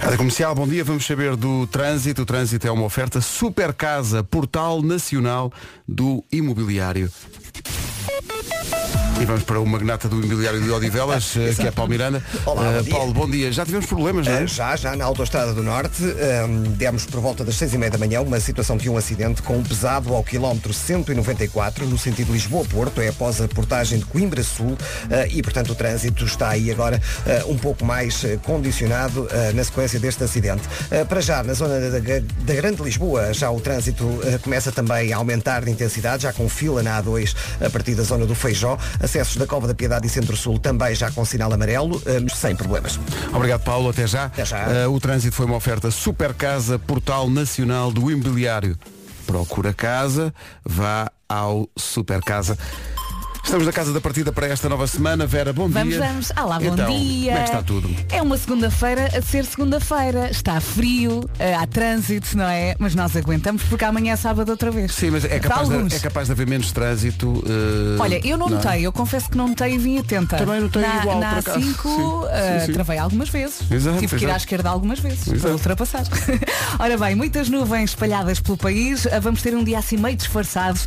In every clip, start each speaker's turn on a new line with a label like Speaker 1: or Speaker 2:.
Speaker 1: Rádio Comercial, bom dia. Vamos saber do trânsito. O trânsito é uma oferta Super Casa, portal nacional do imobiliário. E vamos para o magnata do imobiliário de Odivelas, eh, que é Paulo Miranda.
Speaker 2: Olá, bom
Speaker 1: Eh,
Speaker 2: dia.
Speaker 1: Paulo, bom dia. Já tivemos problemas, não é?
Speaker 2: Eh, Já, já na Autostrada do Norte, ehm, demos por volta das seis e meia da manhã uma situação de um acidente com um pesado ao quilómetro 194, no sentido Lisboa-Porto, é após a portagem de Coimbra-Sul, eh, e portanto o trânsito está aí agora eh, um pouco mais eh, condicionado eh, na sequência deste acidente. Eh, para já, na zona da, da Grande Lisboa, já o trânsito eh, começa também a aumentar de intensidade, já com fila na A2 a partir da zona do Feijó, acessos da Cova da Piedade e Centro-Sul também já com sinal amarelo, eh, sem problemas.
Speaker 1: Obrigado, Paulo. Até já.
Speaker 2: Até já.
Speaker 1: Eh, o trânsito foi uma oferta Super Casa, portal nacional do imobiliário. Procura casa, vá ao Super Casa. Estamos na casa da partida para esta nova semana. Vera, bom
Speaker 3: Vamos,
Speaker 1: dia.
Speaker 3: vamos. Olá, bom
Speaker 1: Então,
Speaker 3: dia.
Speaker 1: Como é que está tudo?
Speaker 3: É uma segunda-feira a ser segunda-feira. Está frio, eh, há trânsito, não é? Mas nós aguentamos porque amanhã é sábado outra vez.
Speaker 1: Sim, mas é
Speaker 3: Para
Speaker 1: capaz,
Speaker 3: alguns.
Speaker 1: de, é capaz de haver menos trânsito. eh,
Speaker 3: Olha, eu não
Speaker 1: é?
Speaker 3: notei, eu confesso que não notei e vim atenta.
Speaker 1: Também notei
Speaker 3: na,
Speaker 1: igual,
Speaker 3: Na
Speaker 1: por acaso.
Speaker 3: A5
Speaker 1: Sim,
Speaker 3: eh,
Speaker 1: sim, sim.
Speaker 3: travei algumas vezes.
Speaker 1: Exato,
Speaker 3: Tive que ir à
Speaker 1: exato.
Speaker 3: esquerda algumas vezes para
Speaker 1: Exato.
Speaker 3: ultrapassar. Ora bem, muitas nuvens espalhadas pelo país. Eh, Vamos ter um dia assim meio disfarçado.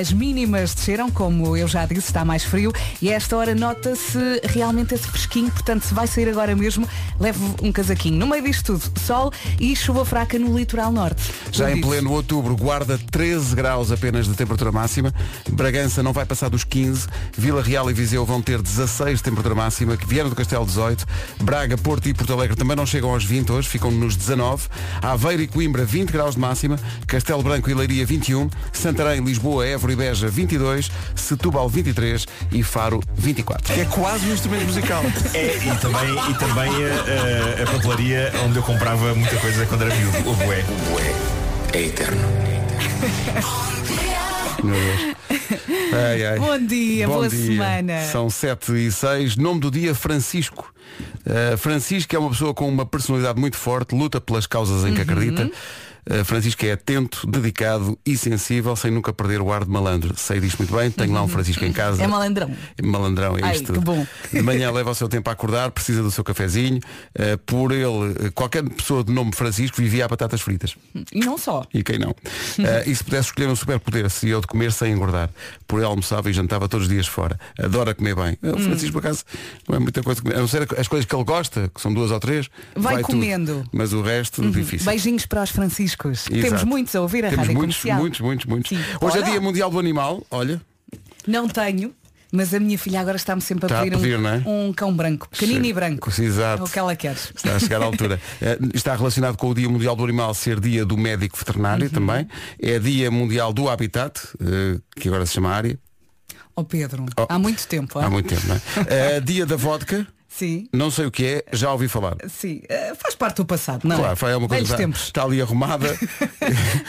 Speaker 3: As mínimas desceram, como eu já disse, está mais frio. E a esta hora nota-se realmente esse fresquinho. Portanto, se vai sair agora mesmo, leve um casaquinho. No meio disto tudo, sol e chuva fraca no litoral norte.
Speaker 1: Já
Speaker 3: Como
Speaker 1: em
Speaker 3: diz.
Speaker 1: pleno outubro, guarda 13 graus apenas de temperatura máxima. Bragança não vai passar dos 15. Vila Real e Viseu vão ter 16 de temperatura máxima, que vieram do Castelo 18. Braga, Porto e Porto Alegre também não chegam aos 20 hoje, ficam nos 19. Aveiro e Coimbra, 20 graus de máxima. Castelo Branco e Leiria, 21. Santarém, Lisboa, Évora e Beja, 22. Setúbal, 23. E Faro, 24. É quase um instrumento musical.
Speaker 4: É, e também, e também a, a- a papelaria onde eu comprava muita coisa quando era miúdo, o bué.
Speaker 5: é eterno.
Speaker 1: Meu Deus. Ai, ai.
Speaker 3: Bom dia, boa semana.
Speaker 1: São 7 e 6. Nome do dia, Francisco. Uh, Francisco é uma pessoa com uma personalidade muito forte, luta pelas causas
Speaker 3: Uhum.
Speaker 1: em que acredita. Uh, Francisco é atento, dedicado e sensível, sem nunca perder o ar de malandro. Sei disto muito bem, tenho lá um Francisco em casa.
Speaker 3: É malandrão.
Speaker 1: Malandrão é
Speaker 3: Ai,
Speaker 1: isto.
Speaker 3: que bom.
Speaker 1: De manhã leva o seu tempo a acordar, precisa do seu cafezinho. Uh, por ele, uh, qualquer pessoa de nome Francisco vivia a batatas fritas.
Speaker 3: E não só.
Speaker 1: E quem não? Ah, e se pudesse escolher um superpoder, seria o de comer sem engordar. Por ele almoçava e jantava todos os dias fora. Adora comer bem. Ah, O
Speaker 3: Hum.
Speaker 1: Francisco, por acaso, não é muita coisa. que- A não ser as coisas que ele gosta, que são duas ou três.
Speaker 3: Vai
Speaker 1: tudo.
Speaker 3: comendo.
Speaker 1: Mas o resto, difícil.
Speaker 3: Beijinhos para os Franciscos.
Speaker 1: é Exato.
Speaker 3: Temos muitos a ouvir a
Speaker 1: Temos
Speaker 3: rádio
Speaker 1: muitos,
Speaker 3: comercial.
Speaker 1: muitos, muitos, muitos.
Speaker 3: Sim.
Speaker 1: Hoje é
Speaker 3: Ora.
Speaker 1: dia mundial do animal, olha.
Speaker 3: Não tenho, mas a minha filha agora está-me sempre a
Speaker 1: Está a
Speaker 3: pedir,
Speaker 1: pedir,
Speaker 3: um,
Speaker 1: não é?
Speaker 3: um cão branco, pequenino
Speaker 1: Sim.
Speaker 3: e branco.
Speaker 1: Sim, exato.
Speaker 3: É o que ela quer.
Speaker 1: Está a chegar à altura. Eh, Está relacionado com o Dia Mundial do Animal ser dia do médico
Speaker 3: Uhum.
Speaker 1: veterinário também. É dia mundial do habitat, eh, que agora se chama área.
Speaker 3: Ó Pedro,
Speaker 1: Oh.
Speaker 3: há muito tempo. ó.
Speaker 1: Há muito tempo, não é? Eh, dia da vodka.
Speaker 3: Sim.
Speaker 1: Não sei o que é, já ouvi falar.
Speaker 3: Sim, Eh, faz parte do passado, não é?
Speaker 1: Claro, foi uma coisa
Speaker 3: Velhos
Speaker 1: que está,
Speaker 3: tempos.
Speaker 1: está ali arrumada.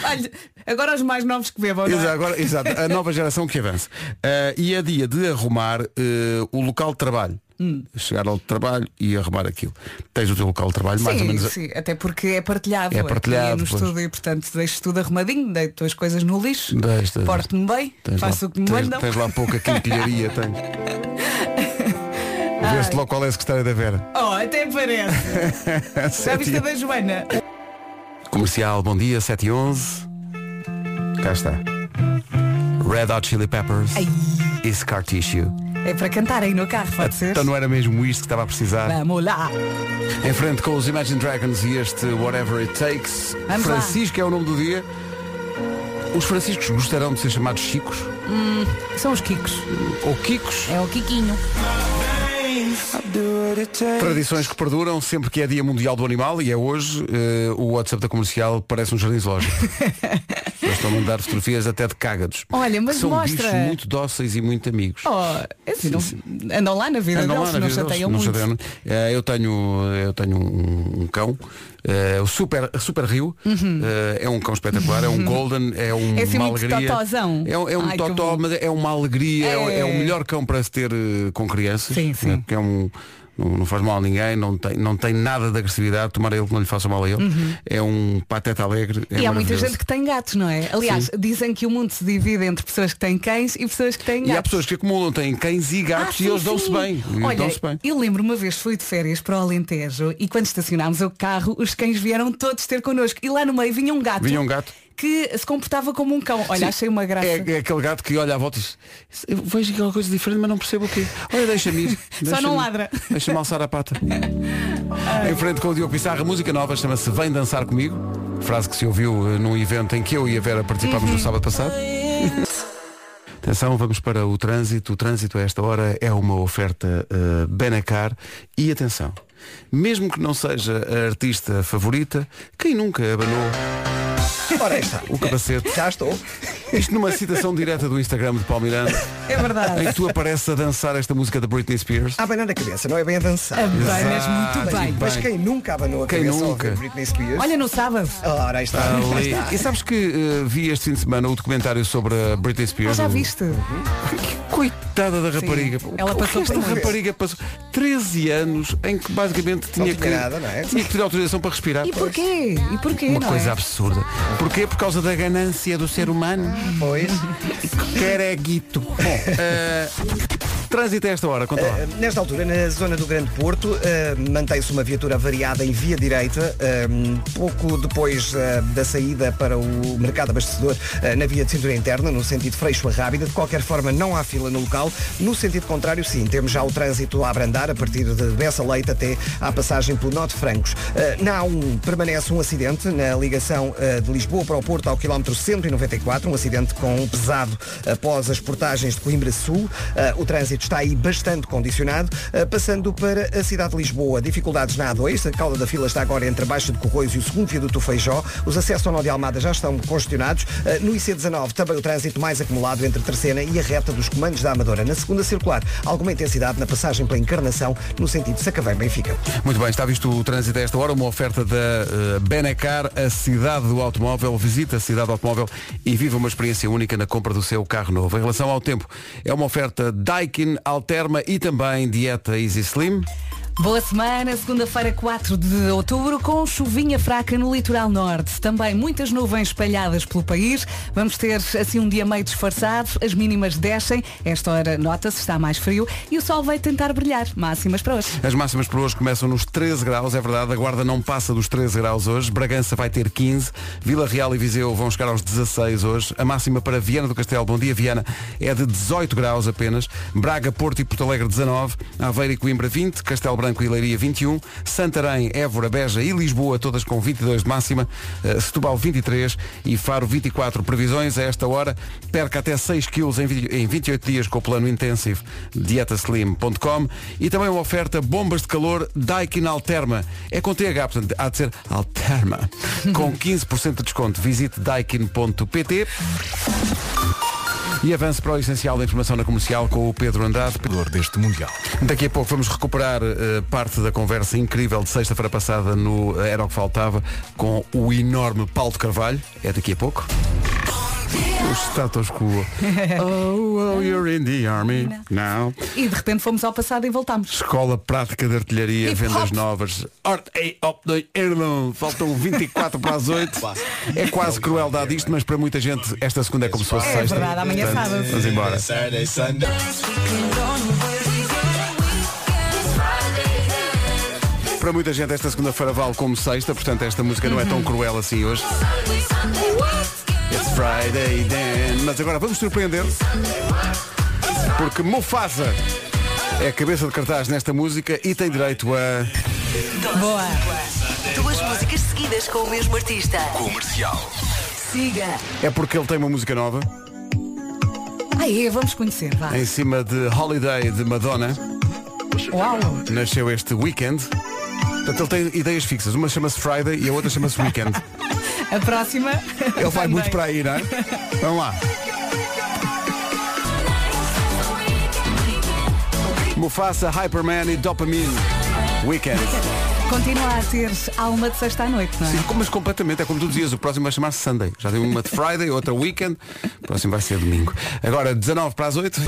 Speaker 3: Olha, agora os mais novos que bebam, não é?
Speaker 1: exato, agora, exato, a nova geração que avança. Ah, e é dia de arrumar eh, o local de trabalho.
Speaker 3: Hum.
Speaker 1: Chegar ao trabalho e arrumar aquilo. Tens o teu local de trabalho, mais
Speaker 3: sim,
Speaker 1: ou menos.
Speaker 3: sim, até porque é partilhado.
Speaker 1: É
Speaker 3: aqui
Speaker 1: partilhado,
Speaker 3: no
Speaker 1: pois.
Speaker 3: estudo e portanto deixo tudo arrumadinho, deito as coisas no lixo,
Speaker 1: Deixa, deixa.
Speaker 3: porto-me bem,
Speaker 1: assim. Tens
Speaker 3: faço
Speaker 1: lá,
Speaker 3: o que me
Speaker 1: tens,
Speaker 3: mandam.
Speaker 1: tens lá pouca quinquilharia, tens. Veste logo qual é a secretária da Vera.
Speaker 3: Oh, até parece. Já viste a da Joana?
Speaker 1: Comercial, bom dia, 7 e 11 Cá está Red Hot Chili Peppers
Speaker 3: Ai.
Speaker 1: e Scar Tissue
Speaker 3: É para cantar aí no carro, pode ser?
Speaker 1: Então não é. era mesmo isto que estava a precisar
Speaker 3: Vamos lá.
Speaker 1: Em frente com os Imagine Dragons e este Whatever It Takes
Speaker 3: Vamos lá.
Speaker 1: Francisco é o nome do dia Os Franciscos gostarão de ser chamados Chicos
Speaker 3: São os Kikos.
Speaker 1: Ou Kikos
Speaker 3: É o Kikinho. É
Speaker 1: Tradições que perduram sempre que é dia mundial do animal E é hoje eh, o WhatsApp da comercial parece um jardim zoológico Eles estão a mandar fotografias até de cágados
Speaker 3: Olha, mas
Speaker 1: Que São
Speaker 3: mostra-
Speaker 1: bichos muito dóceis e muito amigos
Speaker 3: Oh, assim, não, andam lá na vida
Speaker 1: Andam lá
Speaker 3: deles,
Speaker 1: na
Speaker 3: não
Speaker 1: vida deles,
Speaker 3: chateiam
Speaker 1: não
Speaker 3: muito.
Speaker 1: chateiam, não. Eh, eu tenho, eu tenho um, um cão, eh, o Super, Super Rio, eh, é um cão espetacular, é um golden, é um
Speaker 3: Uhum. É assim
Speaker 1: uma
Speaker 3: muito
Speaker 1: alegria.
Speaker 3: totozão.
Speaker 1: É, um- é um
Speaker 3: Ai, que
Speaker 1: totó,
Speaker 3: bom.
Speaker 1: mas é uma alegria, é, o- é o
Speaker 3: É.
Speaker 1: melhor cão para se ter eh, com crianças.
Speaker 3: Sim,
Speaker 1: né,
Speaker 3: sim.
Speaker 1: porque é um. não, não faz mal a ninguém, não tem, não tem nada de agressividade, tomara ele que não lhe faça mal a ele. É um pateta alegre. É
Speaker 3: Uhum. e há muita
Speaker 1: maravilhoso.
Speaker 3: gente que tem gatos, não é? Aliás, dizem que o mundo se divide entre pessoas que têm cães e pessoas que têm
Speaker 1: E há
Speaker 3: gatos.
Speaker 1: pessoas que acumulam, têm cães e
Speaker 3: Ah,
Speaker 1: gatos
Speaker 3: sim,
Speaker 1: e eles dão-se
Speaker 3: sim.
Speaker 1: bem. E
Speaker 3: Olha,
Speaker 1: dão-se bem.
Speaker 3: eu lembro uma vez fui de férias para o Alentejo e quando estacionámos o carro, os cães vieram todos ter connosco. E lá no meio vinha um gato.
Speaker 1: Vinha um gato.
Speaker 3: Que se comportava como um cão. Olha,
Speaker 1: Sim.
Speaker 3: achei uma graça.
Speaker 1: É, é aquele gato que olha à volta e diz, eu vejo aquela coisa diferente, mas não percebo o quê. Olha, deixa-me ir. Deixa-me-
Speaker 3: não ladra.
Speaker 1: Deixa-me alçar a pata. em frente com o Diogo Pissarra, música nova, chama-se Vem Dançar Comigo. Frase que se ouviu eh, num evento em que eu e a Vera participámos
Speaker 3: Uhum.
Speaker 1: no sábado passado. Atenção, vamos para o trânsito. O trânsito a esta hora é uma oferta eh, Benacar. E atenção, mesmo que não seja a artista favorita, quem nunca abanou
Speaker 2: Ora, aí está.
Speaker 1: o capacete?
Speaker 2: Já estou.
Speaker 1: Isto numa citação direta do Instagram de Paulo Miranda,
Speaker 3: É verdade.
Speaker 1: em que tu apareces a dançar esta música da Britney Spears.
Speaker 2: Há banana na cabeça, não é bem a dançar.
Speaker 3: Ah, bem, mas
Speaker 1: Exato.
Speaker 3: Ah, muito bem.
Speaker 2: Mas quem nunca abanou a
Speaker 1: Quem
Speaker 2: cabeça ao
Speaker 1: nunca?
Speaker 2: ouvir Britney Spears?
Speaker 3: Olha no sábado.
Speaker 2: Ora, aí está. Aí
Speaker 1: Ali.
Speaker 2: está.
Speaker 1: E sabes que eh, vi este fim de semana o documentário sobre a Britney
Speaker 3: Ah,
Speaker 1: Spears.
Speaker 3: já
Speaker 1: o-
Speaker 3: viste?
Speaker 1: Coitada da rapariga.
Speaker 3: Ela
Speaker 1: O que
Speaker 3: passou
Speaker 1: esta
Speaker 3: por isso.
Speaker 1: rapariga passou 13 anos em que basicamente tinha,
Speaker 2: tinha
Speaker 1: que,
Speaker 2: nada, não é?
Speaker 1: tinha que pedir autorização para respirar.
Speaker 3: E porquê? E porquê?
Speaker 1: Uma
Speaker 3: não
Speaker 1: coisa
Speaker 3: é?
Speaker 1: absurda. Porquê? Por causa da ganância do ser humano.
Speaker 3: Ah,
Speaker 2: Pois.
Speaker 1: Careguito. Bom, eh, trânsito a esta hora, conta lá.
Speaker 2: Eh, Nesta altura, na zona do Grande Porto, eh, mantém-se uma viatura variada em via direita. eh, pouco depois eh, da saída para o mercado abastecedor, eh, na via de cintura interna, no sentido Freixo a Rábida. De qualquer forma, não há fila no local. No sentido contrário, sim, temos já o trânsito a abrandar a partir de Bessa Leite até à passagem pelo Norte Francos. Eh, na A1 permanece um acidente na ligação eh, de Lisboa para o Porto ao quilómetro 194, um acidente com um pesado após as portagens de Coimbra Sul. Eh, o trânsito está aí bastante condicionado. Eh, passando para a cidade de Lisboa, dificuldades na A2, a cauda da fila está agora entre a Baixa de Corroios e o segundo viaduto do Feijó. Os acessos ao Nó de Almada já estão congestionados. Eh, no IC19 também o trânsito mais acumulado entre Terceira e a reta dos comandos da Amadora. Na segunda circular, alguma intensidade na passagem pela Encarnação, no sentido Sacavém-Benfica.
Speaker 1: Muito bem, está visto o trânsito a esta hora, uma oferta da eh, Benacar, a cidade do automóvel. Visita a cidade do automóvel e viva uma experiência única na compra do seu carro novo. Em relação ao tempo, é uma oferta Daikin, Alterma e também Dieta Easy Slim.
Speaker 3: Boa semana, segunda-feira 4 de outubro, com chuvinha fraca no litoral norte. Também muitas nuvens espalhadas pelo país. Vamos ter assim um dia meio disfarçado, as mínimas descem, esta hora nota-se, está mais frio e o sol vai tentar brilhar. Máximas para hoje.
Speaker 1: As máximas para hoje começam nos 13 graus, é verdade, a Guarda não passa dos 13 graus hoje, Bragança vai ter 15, Vila Real e Viseu vão chegar aos 16 hoje, a máxima para Viana do Castelo, bom dia Viana, é de 18 graus apenas, Braga, Porto e Porto Alegre 19, Aveiro e Coimbra 20, Castelo Branco e Leiria 21, Santarém, Évora, Beja e Lisboa todas com 22 de máxima, eh, Setúbal 23 e Faro 24 previsões a esta hora, perca até 6 quilos em vi- em 28 dias com o plano intensivo dietaslim.com e também uma oferta bombas de calor Daikin Alterma. É com TH, portanto, há de ser Alterma. Com 15% de desconto, visite daikin.pt e avance para o essencial da informação na comercial com o Pedro Andrade.
Speaker 4: deste Mundial.
Speaker 1: Daqui a pouco vamos recuperar eh, parte da conversa incrível de sexta-feira passada no Era o que Faltava com o enorme Paulo de Carvalho. É daqui a pouco. O status quo. Oh, oh, you're in the army now.
Speaker 3: E de repente fomos ao passado e voltámos.
Speaker 1: Escola Prática de Artilharia,
Speaker 3: Hip
Speaker 1: vendas
Speaker 3: hop.
Speaker 1: novas. Art ei, op, doi, erlum. Faltam 24 para as 8. É quase crueldade isto, mas para muita gente esta segunda é como se fosse
Speaker 3: É
Speaker 1: sexta.
Speaker 3: verdade, amanhã é
Speaker 1: Portanto,
Speaker 3: sábado.
Speaker 1: Vamos embora. Para muita gente esta segunda-feira vale como sexta, portanto esta música não é tão cruel assim hoje. It's Friday then. Mas agora vamos surpreender. Porque Mufasa é cabeça de cartaz nesta música e tem direito a.
Speaker 3: Boa.
Speaker 6: Duas músicas seguidas com o mesmo artista.
Speaker 5: Comercial.
Speaker 6: Siga.
Speaker 1: É porque ele tem uma música nova
Speaker 3: Aí, Ah, é? vamos conhecer, vá.
Speaker 1: em cima de Holiday de Madonna.
Speaker 3: Uau.
Speaker 1: Nasceu este weekend. Portanto, ele tem ideias fixas. Uma chama-se Friday e a outra chama-se Weekend.
Speaker 3: A próxima.
Speaker 1: Ele vai muito
Speaker 3: também.
Speaker 1: para aí, não é? Vamos lá. Mufasa, Hyperman e Dopamine. Weekend.
Speaker 3: Continua a ter alma de sexta à noite, não é?
Speaker 1: Sim, como- mas completamente, é como tu dizias, o próximo vai chamar-se Sunday. Já tem uma de Friday, outra Weekend. O próximo vai ser domingo. Agora, 19 para as 8.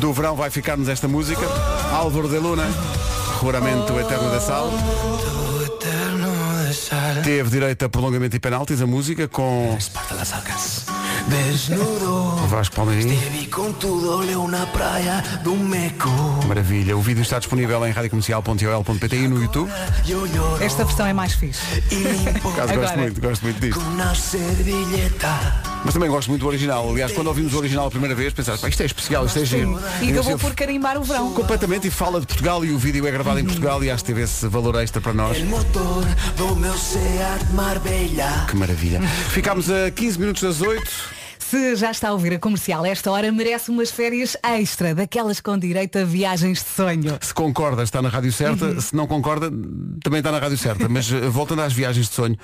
Speaker 1: do verão vai ficar-nos esta música. Álvaro de Luna, Juramento Eterno da Sal. Teve direito a prolongamento e penaltis, a música com
Speaker 7: Esparta las sacas. Desnudo.
Speaker 1: Vasco Palmeirinho.
Speaker 7: Vi con tu doble una playa de un meco.
Speaker 1: Maravilha. O vídeo está disponível em radiocomercial.ol.pt e no YouTube.
Speaker 7: Yo lloro
Speaker 3: Esta versão é mais fixe.
Speaker 7: y limpo
Speaker 1: Caso gosto
Speaker 3: Agora.
Speaker 1: muito, gosto muito disto.
Speaker 7: con una servilleta.
Speaker 1: Mas também gosto muito do original. Aliás, quando ouvimos o original a primeira vez, pensámos, "Pá, isto é especial, isto é giro.
Speaker 3: E
Speaker 1: Ainda
Speaker 3: acabou
Speaker 1: assim,
Speaker 3: por carimbar o verão.
Speaker 1: Completamente e fala de Portugal e o vídeo é gravado em Portugal e acho que teve esse valor extra para nós.
Speaker 7: El motor do meu Seat Marbella.
Speaker 1: Que maravilha. Ficámos a 15 minutos das 8.
Speaker 3: Se já está a ouvir a comercial a esta hora, merece umas férias extra, daquelas com direito a viagens de sonho.
Speaker 1: Se concorda, está na rádio certa.
Speaker 3: Uhum.
Speaker 1: Se não concorda, também está na rádio certa. Mas eh, voltando às viagens de sonho,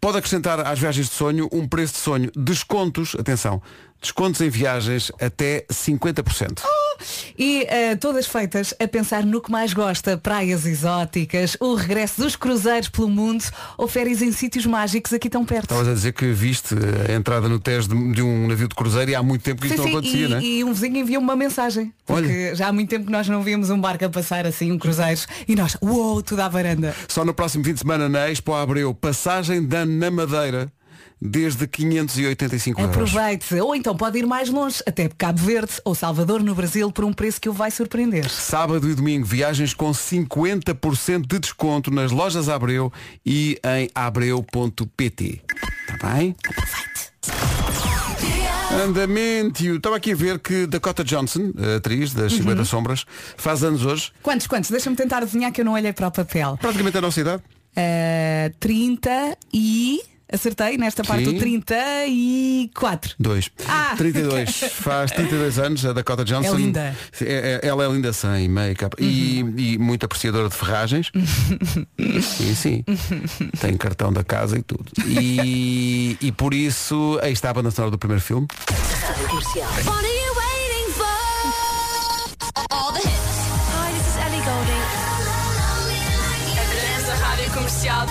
Speaker 1: pode acrescentar às viagens de sonho um preço de sonho. Descontos, atenção, descontos em viagens até 50%.
Speaker 3: E eh, todas feitas a pensar no que mais gosta, praias exóticas, o regresso dos cruzeiros pelo mundo ou férias em sítios mágicos aqui tão perto.
Speaker 1: Estavas a dizer que viste eh, a entrada no teste de de um navio de cruzeiro e há muito tempo que isto não acontecia,
Speaker 3: e,
Speaker 1: não é?
Speaker 3: e um vizinho enviou uma mensagem. Porque
Speaker 1: Olha.
Speaker 3: já há muito tempo que nós não víamos um barco a passar assim, um cruzeiro. E nós, uou, tudo à varanda.
Speaker 1: Só no próximo fim de semana na Expo Abreu, passagem da na Madeira desde
Speaker 3: É
Speaker 1: 585 euros.
Speaker 3: Aproveite. Ou então pode ir mais longe, até Cabo Verde ou Salvador, no Brasil, por um preço que o vai surpreender.
Speaker 1: Sábado e domingo, viagens com 50% de desconto nas lojas Abreu e em abreu.pt. Está Tá bem? Andamento. Estava aqui a ver que Dakota Johnson, a atriz das
Speaker 3: Uhum.
Speaker 1: 50 Sombras, faz anos hoje,
Speaker 3: Quantos, quantos? Deixa-me tentar adivinhar que eu não olhei para o papel.
Speaker 1: praticamente a nossa idade.
Speaker 3: Eh, 30 e... Acertei nesta parte
Speaker 1: Sim.
Speaker 3: do 34.
Speaker 1: Dois.
Speaker 3: Ah!
Speaker 1: 32. Faz 32 anos a Dakota Johnson.
Speaker 3: É linda. Uhum.
Speaker 1: É- é- ela é linda sem make-up e, e muito apreciadora de ferragens. e sim. Tem cartão da casa e tudo. E, e por isso, aí está a banda sonora do primeiro filme.
Speaker 6: Rádio Comercial.
Speaker 8: What are you waiting for? All the hits. Hi, this is Ellie Golding. é A beleza rádio comercial.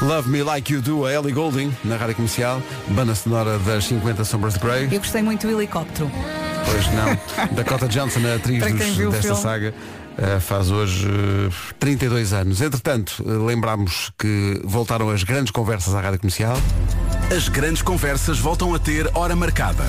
Speaker 1: Love Me Like You Do, a Ellie Goulding, na rádio comercial. Banda sonora das 50 Sombras de Grey.
Speaker 3: Eu gostei muito do helicóptero.
Speaker 1: Pois não. Dakota Johnson, a atriz
Speaker 3: Para quem
Speaker 1: dos-
Speaker 3: viu o
Speaker 1: desta
Speaker 3: filme.
Speaker 1: saga, eh, faz hoje eh, 32 anos. Entretanto, eh, lembramos que voltaram as grandes conversas à rádio comercial.
Speaker 9: As grandes conversas voltam a ter hora marcada.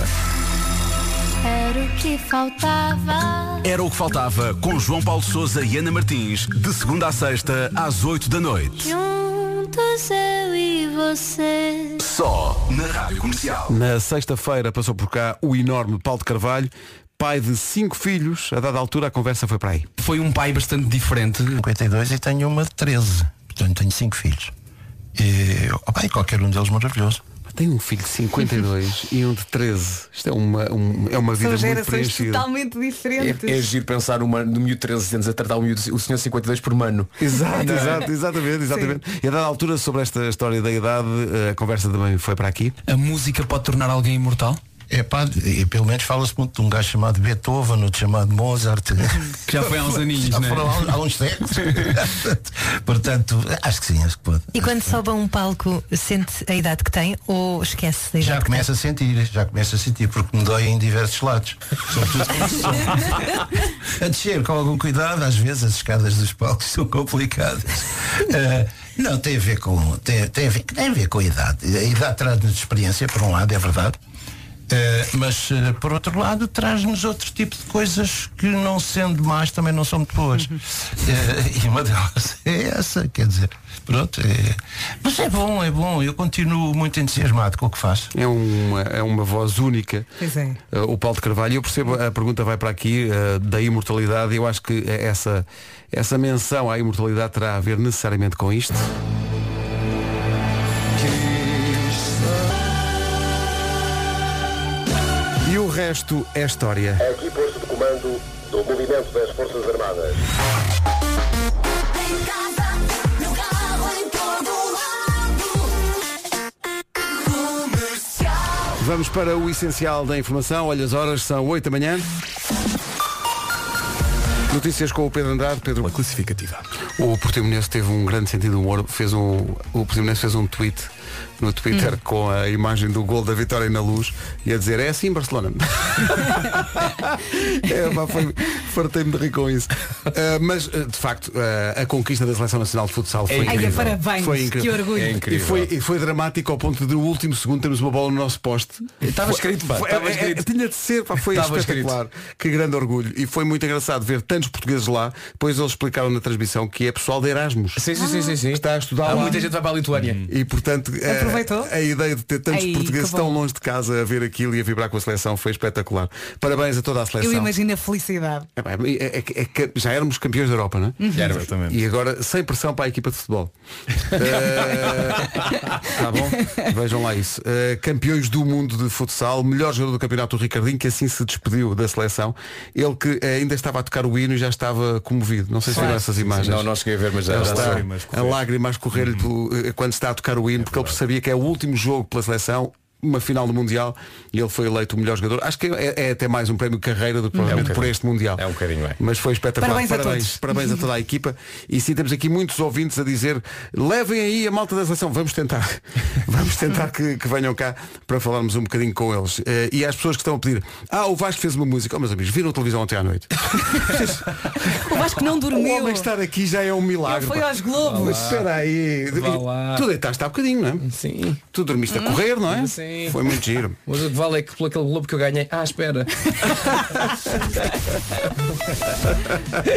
Speaker 8: Era o que faltava.
Speaker 9: Era o que faltava com João Paulo Souza e Ana Martins, de segunda à sexta, às 8 da noite.
Speaker 8: Juntos eu e você.
Speaker 9: Só na Rádio Comercial.
Speaker 1: Na sexta-feira passou por cá o enorme Paulo de Carvalho, pai de cinco filhos. A dada altura, a conversa foi para aí.
Speaker 10: Foi um pai bastante diferente.
Speaker 11: 52 e tenho uma de 13. Portanto, tenho cinco filhos. E, opa, e qualquer um deles maravilhoso.
Speaker 1: Tem um filho de 52 e um de 13. Isto é uma, um- é uma vida
Speaker 3: São
Speaker 1: muito
Speaker 3: gerações
Speaker 1: preenchida.
Speaker 3: totalmente diferentes.
Speaker 10: É, é giro pensar uma, no miúdo de 13 anos a tratar o, miúdo, o senhor 52 por mano.
Speaker 1: Exato, exato, exatamente, exatamente. E a dada altura, sobre esta história da idade, eh, a conversa também foi para aqui.
Speaker 10: A música pode tornar alguém imortal?
Speaker 11: É pá, e pelo menos fala-se muito de um gajo chamado Beethoven, outro chamado Mozart.
Speaker 10: Que já foi há uns aninhos,
Speaker 11: Já
Speaker 10: não
Speaker 11: foram
Speaker 10: é?
Speaker 11: há, há uns séculos. Portanto, acho que sim, acho que pode.
Speaker 12: E quando sobe a um palco, sente a idade que tem ou esquece da idade?
Speaker 11: Já começo a sentir, já começo a sentir, porque me dói em diversos lados. Sobretudo quando sou- a descer com algum cuidado, às vezes as escadas dos palcos são complicadas. Ah, não, tem a ver com. Tem, tem, a ver, tem a ver com a idade. A idade traz-nos experiência, por um lado, é verdade. Ah, mas ah, por outro lado traz-nos outro tipo de coisas que não sendo más também não são muito boas Ah, e uma delas é essa quer dizer pronto é- mas é bom é bom eu continuo muito entusiasmado com o que faço
Speaker 1: É uma, é uma voz única.
Speaker 3: Pois é.
Speaker 1: eh, o Paulo de Carvalho. Eu percebo, a pergunta vai para aqui, eh, da imortalidade. Eu acho que é essa, essa menção à imortalidade terá a ver necessariamente com isto. E o resto é história.
Speaker 5: Aqui posto de comando do movimento das Forças Armadas.
Speaker 8: Em casa, no carro, em todo lado. Comercial.
Speaker 1: Vamos para o essencial da informação. Olha, as horas são 8 da manhã. Notícias com o Pedro Andrade. Pedro. Uma classificativa. O Portimonense teve um grande sentido de humor. Fez um, o Portimonense fez um tweet no Twitter
Speaker 3: Hum.
Speaker 1: com a imagem do gol da vitória na luz e a dizer é assim Barcelona. é, pá, foi, fartei-me de rir com isso. Ah, mas, ah, de facto, ah, a conquista da Seleção Nacional de Futsal foi
Speaker 3: É Ai,
Speaker 1: incrível.
Speaker 3: parabéns,
Speaker 1: Foi incrível.
Speaker 3: que orgulho. É
Speaker 1: E
Speaker 3: incrível.
Speaker 1: foi, e foi dramático ao ponto de no último segundo termos uma bola no nosso poste.
Speaker 10: Estava
Speaker 1: Foi-
Speaker 10: escrito, pá,
Speaker 1: foi-
Speaker 10: estava
Speaker 1: é- é-
Speaker 10: escrito.
Speaker 1: Tinha de ser, pá, foi
Speaker 10: Estava
Speaker 1: espetacular. Que grande orgulho. E foi muito engraçado ver tantos portugueses lá. Depois eles explicaram na transmissão que é pessoal de Erasmus. Ah.
Speaker 10: Sim, sim, sim, sim, sim.
Speaker 1: Está a estudar
Speaker 10: Há
Speaker 1: lá.
Speaker 10: muita gente que vai para a Lituânia.
Speaker 1: E portanto eh,
Speaker 10: Aproveitou?
Speaker 1: a ideia de ter tantos
Speaker 3: Ai,
Speaker 1: portugueses
Speaker 3: que bom.
Speaker 1: tão longe de casa a ver aquilo e a vibrar com a seleção foi espetacular. Parabéns a toda a
Speaker 3: Eu
Speaker 1: seleção.
Speaker 3: imagino a felicidade.
Speaker 1: É pá, é- é- é que já éramos campeões da Europa, não é?
Speaker 3: Já éramos.
Speaker 1: Exatamente. E agora sem pressão para a equipa de futebol. Está bom? Vejam lá isso. Uh, campeões do mundo de futsal, melhor jogador do campeonato, o Ricardinho, que assim se despediu da seleção. Ele que ainda estava a tocar o hino e já estava comovido. Não sei se viram essas imagens.
Speaker 10: Não, não cheguei a ver, mas já,
Speaker 1: Ele
Speaker 10: já
Speaker 1: está
Speaker 10: sei.
Speaker 1: a lágrima a escorrer-lhe pelo- eh, quando está a tocar o hino, porque ele sabia que é o último jogo pela seleção, uma final do Mundial, e ele foi eleito o melhor jogador. Acho que é, é até mais um prémio carreira do que provavelmente por este Mundial. É um bocadinho, é. Mas foi espetacular.
Speaker 10: Parabéns a
Speaker 1: parabéns,
Speaker 10: todos.
Speaker 1: parabéns a toda a equipa. E sim, temos aqui muitos ouvintes a dizer, levem aí a malta da seleção. Vamos tentar. Vamos tentar que, que venham cá para falarmos um bocadinho com eles. Eh, E às pessoas que estão a pedir, ah, o Vasco fez uma música. Oh, meus amigos, viram a televisão ontem à noite.
Speaker 3: O Vasco não dormiu.
Speaker 1: O homem estar aqui já é um milagre.
Speaker 3: Ele foi
Speaker 1: pá.
Speaker 3: aos Globos.
Speaker 1: Mas espera aí.
Speaker 10: Vá lá.
Speaker 1: Tu deitaste há bocadinho, não é? Sim. Tu dormiste a correr, não é?
Speaker 10: Sim.
Speaker 1: Foi muito giro.
Speaker 10: Mas o que vale é que por aquele globo que eu ganhei. Ah, espera.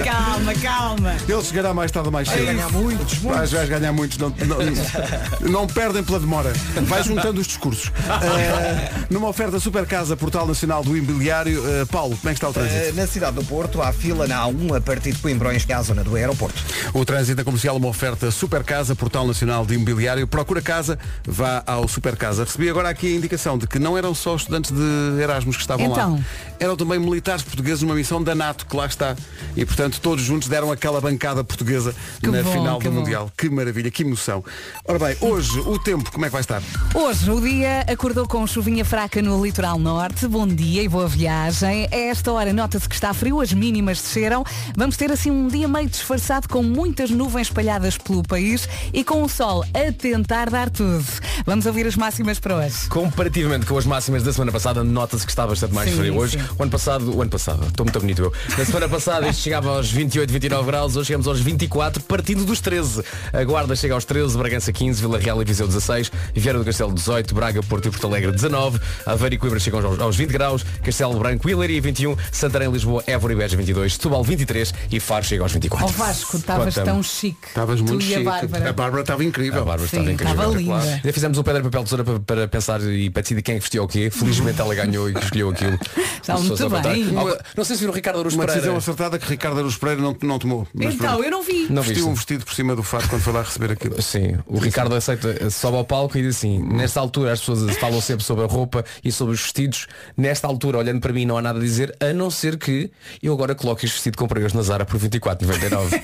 Speaker 3: Calma, calma.
Speaker 1: Ele chegará mais tarde ou mais
Speaker 3: Vai
Speaker 1: cedo.
Speaker 3: ganhar muitos,
Speaker 1: Vai-
Speaker 3: muitos.
Speaker 1: Vais ganhar muitos. Não, não- não perdem pela demora. Vai juntando os discursos. Eh, numa oferta Super Casa, Portal Nacional do Imobiliário. eh, Paulo, como é que está o trânsito?
Speaker 2: Eh, Na cidade do Porto, há fila na A1 a partir de Coimbrões, que é a zona do aeroporto.
Speaker 1: O trânsito na comercial, é uma oferta Super Casa, Portal Nacional de Imobiliário. Procura casa, vá ao Super Casa. Recebi agora aqui a indicação de que não eram só estudantes de Erasmus que estavam lá.
Speaker 3: Então?
Speaker 1: Eram também militares portugueses numa missão da NATO que lá está. E, portanto, todos juntos deram aquela bancada portuguesa
Speaker 3: Que
Speaker 1: na
Speaker 3: bom,
Speaker 1: final
Speaker 3: que
Speaker 1: do
Speaker 3: bom.
Speaker 1: Mundial. Que maravilha, que emoção. Ora bem, hoje o tempo, como é que vai estar?
Speaker 3: Hoje o dia acordou com chuvinha fraca no litoral norte. Bom dia e boa viagem. A esta hora nota-se que está frio, as mínimas desceram. Vamos ter assim um dia meio disfarçado com muitas nuvens espalhadas pelo país e com o sol a tentar dar tudo. Vamos ouvir as máximas para hoje.
Speaker 10: Comparativamente com as máximas da semana passada, nota-se que está bastante mais
Speaker 3: Sim,
Speaker 10: frio. Hoje,
Speaker 3: sim.
Speaker 10: o ano passado, o ano passado, estou muito bonito eu. Na semana passada isto chegava aos 28, 29 graus, hoje chegamos aos 24, partindo dos 13. A Guarda chega aos 13, Bragança 15, Vila Real e Viseu 16, Vieira do Castelo 18, Braga, Porto e Porto Alegre 19, Aveiro e Coimbra chegam aos, aos 20 graus, Castelo Branco e Leiria 21, Santarém, Lisboa, Évora e Beja 22, Setúbal 23 e Faro chega aos 24.
Speaker 3: Ao Vasco, estavas
Speaker 10: Conta-me.
Speaker 3: tão chique.
Speaker 1: Estavas
Speaker 3: tu
Speaker 1: muito
Speaker 3: e a
Speaker 1: chique.
Speaker 3: Bárbara.
Speaker 1: A Bárbara estava incrível.
Speaker 10: A Ah, Bárbara
Speaker 3: Sim,
Speaker 10: estava incrível.
Speaker 3: estava
Speaker 10: espetacular.
Speaker 3: linda.
Speaker 10: Ainda fizemos um pedra, papel, tesoura para, para pensar e para decidir quem é que vestia o quê. Felizmente ela ganhou e escolheu aquilo.
Speaker 3: Está
Speaker 10: As pessoas
Speaker 3: muito
Speaker 10: ao contrário.
Speaker 3: bem.
Speaker 10: Ao- Não sei se viram o Ricardo Aruz
Speaker 1: Uma decisão
Speaker 10: Pereira.
Speaker 1: acertada que Ricardo Aruz Pereira não, não tomou. Mas
Speaker 3: Então,
Speaker 1: pronto.
Speaker 3: eu não vi.
Speaker 10: Não
Speaker 1: Vestiu
Speaker 10: viste?
Speaker 1: um vestido por cima do fato quando foi lá receber aquilo.
Speaker 10: Sim, o Ricardo aceita, sobe ao palco e diz assim, nesta altura as pessoas falam sempre sobre a roupa e sobre os vestidos, nesta altura, olhando para mim, não há nada a dizer, a não ser que eu agora coloque este vestido que comprei hoje na Zara por 24,99.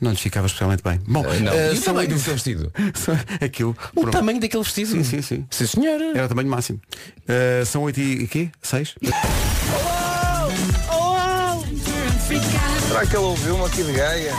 Speaker 1: Não lhes ficava especialmente bem. Bom,
Speaker 10: não.
Speaker 1: eh,
Speaker 10: E o
Speaker 1: são
Speaker 10: tamanho
Speaker 1: oito-
Speaker 10: do seu vestido?
Speaker 1: são- é Aquilo.
Speaker 10: O tamanho daquele vestido?
Speaker 1: Sim, sim, sim.
Speaker 10: Sim, senhora.
Speaker 1: um- Era o tamanho máximo. Eh, são 8 e e quê? 6?
Speaker 13: Será que ele ouviu-me aqui de Gaia?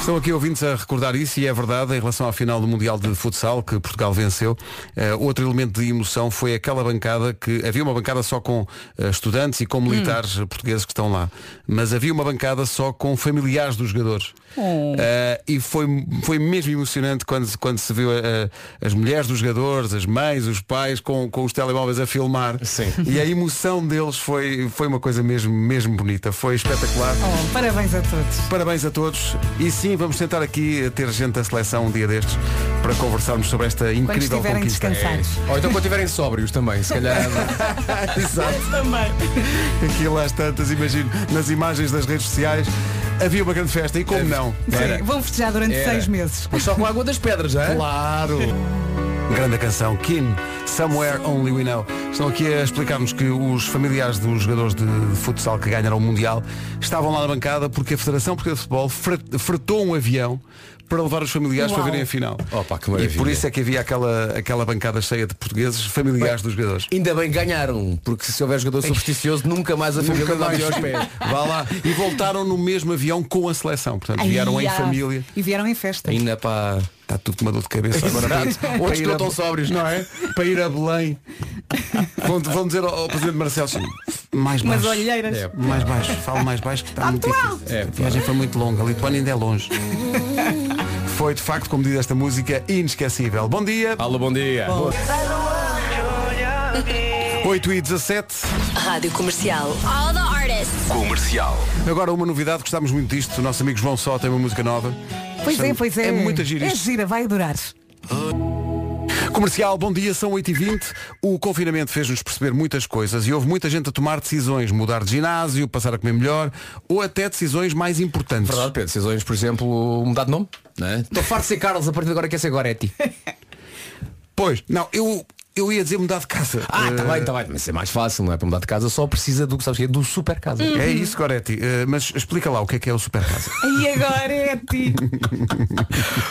Speaker 1: Estão aqui ouvintes a recordar isso e é verdade em relação à final do Mundial de Futsal que Portugal venceu. Eh, outro elemento de emoção foi aquela bancada que havia uma bancada só com eh, estudantes e com militares eh, portugueses que estão lá, mas havia uma bancada só com familiares dos jogadores.
Speaker 3: Oh.
Speaker 1: Eh, e foi, foi mesmo emocionante quando, se- quando se viu eh, as mulheres dos jogadores, as mães, os pais com, com os telemóveis a filmar. Sim. E a emoção deles foi, foi uma coisa mesmo, mesmo bonita. Foi espetacular.
Speaker 3: Oh, parabéns a todos.
Speaker 1: Parabéns a todos. E sim, vamos tentar aqui ter gente da seleção um dia destes para conversarmos sobre esta incrível
Speaker 3: estiverem
Speaker 1: conquista.
Speaker 3: descansados.
Speaker 10: Ou então quando tiverem sóbrios também, se calhar.
Speaker 1: Exato.
Speaker 3: Também.
Speaker 1: Aquilo às tantas, imagino, nas imagens das redes sociais, havia uma grande festa e como não?
Speaker 3: Sim, vão festejar durante
Speaker 1: Era.
Speaker 3: seis meses.
Speaker 10: Mas só com a água das pedras, é?
Speaker 1: Claro. Grande canção, Kim, Somewhere Only We Know. Estão aqui a explicar-nos que os familiares dos jogadores de futsal que ganharam o Mundial estavam lá na bancada porque a Federação Portuguesa de Futebol fre- fretou um avião para levar os familiares
Speaker 10: Uau.
Speaker 1: para verem a final.
Speaker 10: Opa, que
Speaker 1: e
Speaker 10: maravilha.
Speaker 1: por isso é que havia aquela, aquela bancada cheia de portugueses, familiares dos jogadores.
Speaker 10: Ainda bem que ganharam, porque se houver jogador supersticioso, nunca mais a família
Speaker 1: Nunca
Speaker 10: vai
Speaker 1: mais.
Speaker 10: aos pés.
Speaker 1: Vá lá. E voltaram no mesmo avião com a seleção. Portanto,
Speaker 3: Ai,
Speaker 1: vieram em
Speaker 3: ah.
Speaker 1: família.
Speaker 3: E vieram em festa.
Speaker 10: Ainda pá.
Speaker 1: Está Tá tudo uma dor de cabeça agora. para ir-
Speaker 10: Exato.
Speaker 1: para
Speaker 10: Outros
Speaker 1: ir
Speaker 10: não
Speaker 1: a-
Speaker 10: estão sóbrios.
Speaker 1: Não é? Para ir a Belém. Vão, vão dizer ao, ao presidente Marcelo "Sim, mais
Speaker 3: Umas
Speaker 1: baixo.
Speaker 3: olheiras.
Speaker 1: É, pá. mais baixo. Falo mais baixo que está muito
Speaker 3: muito
Speaker 1: difícil.
Speaker 3: alto.
Speaker 1: A viagem foi muito longa. A Lituânia ainda é longe. Foi de facto, como diz esta música, inesquecível. Bom dia.
Speaker 10: Alô, bom dia.
Speaker 3: É.
Speaker 1: 8 e 17.
Speaker 6: Rádio Comercial.
Speaker 8: All the artists.
Speaker 9: Comercial.
Speaker 1: Agora uma novidade, gostámos muito disto. O nosso amigo João Só tem uma música nova.
Speaker 3: Pois é, pois é.
Speaker 1: É muito giro
Speaker 3: É
Speaker 1: isto.
Speaker 3: gira, vai adorar.
Speaker 1: Comercial, bom dia, são 8h20. O confinamento fez-nos perceber muitas coisas e houve muita gente a tomar decisões, mudar de ginásio, passar a comer melhor ou até decisões mais importantes.
Speaker 10: Verdade, Pedro. Decisões, por exemplo, mudar de nome. não é? Estou farto de ser Carlos, a partir de agora quer ser Goretti.
Speaker 1: Pois, não, eu, eu ia dizer mudar de casa.
Speaker 10: Ah, está
Speaker 1: Eh,
Speaker 10: bem, está bem. Mas é mais fácil, não é? Para mudar de casa só precisa do que sabes que é do super casa.
Speaker 1: É isso, Goretti. Eh, mas explica lá o que é que é o Super Casa.
Speaker 3: E agora é ti.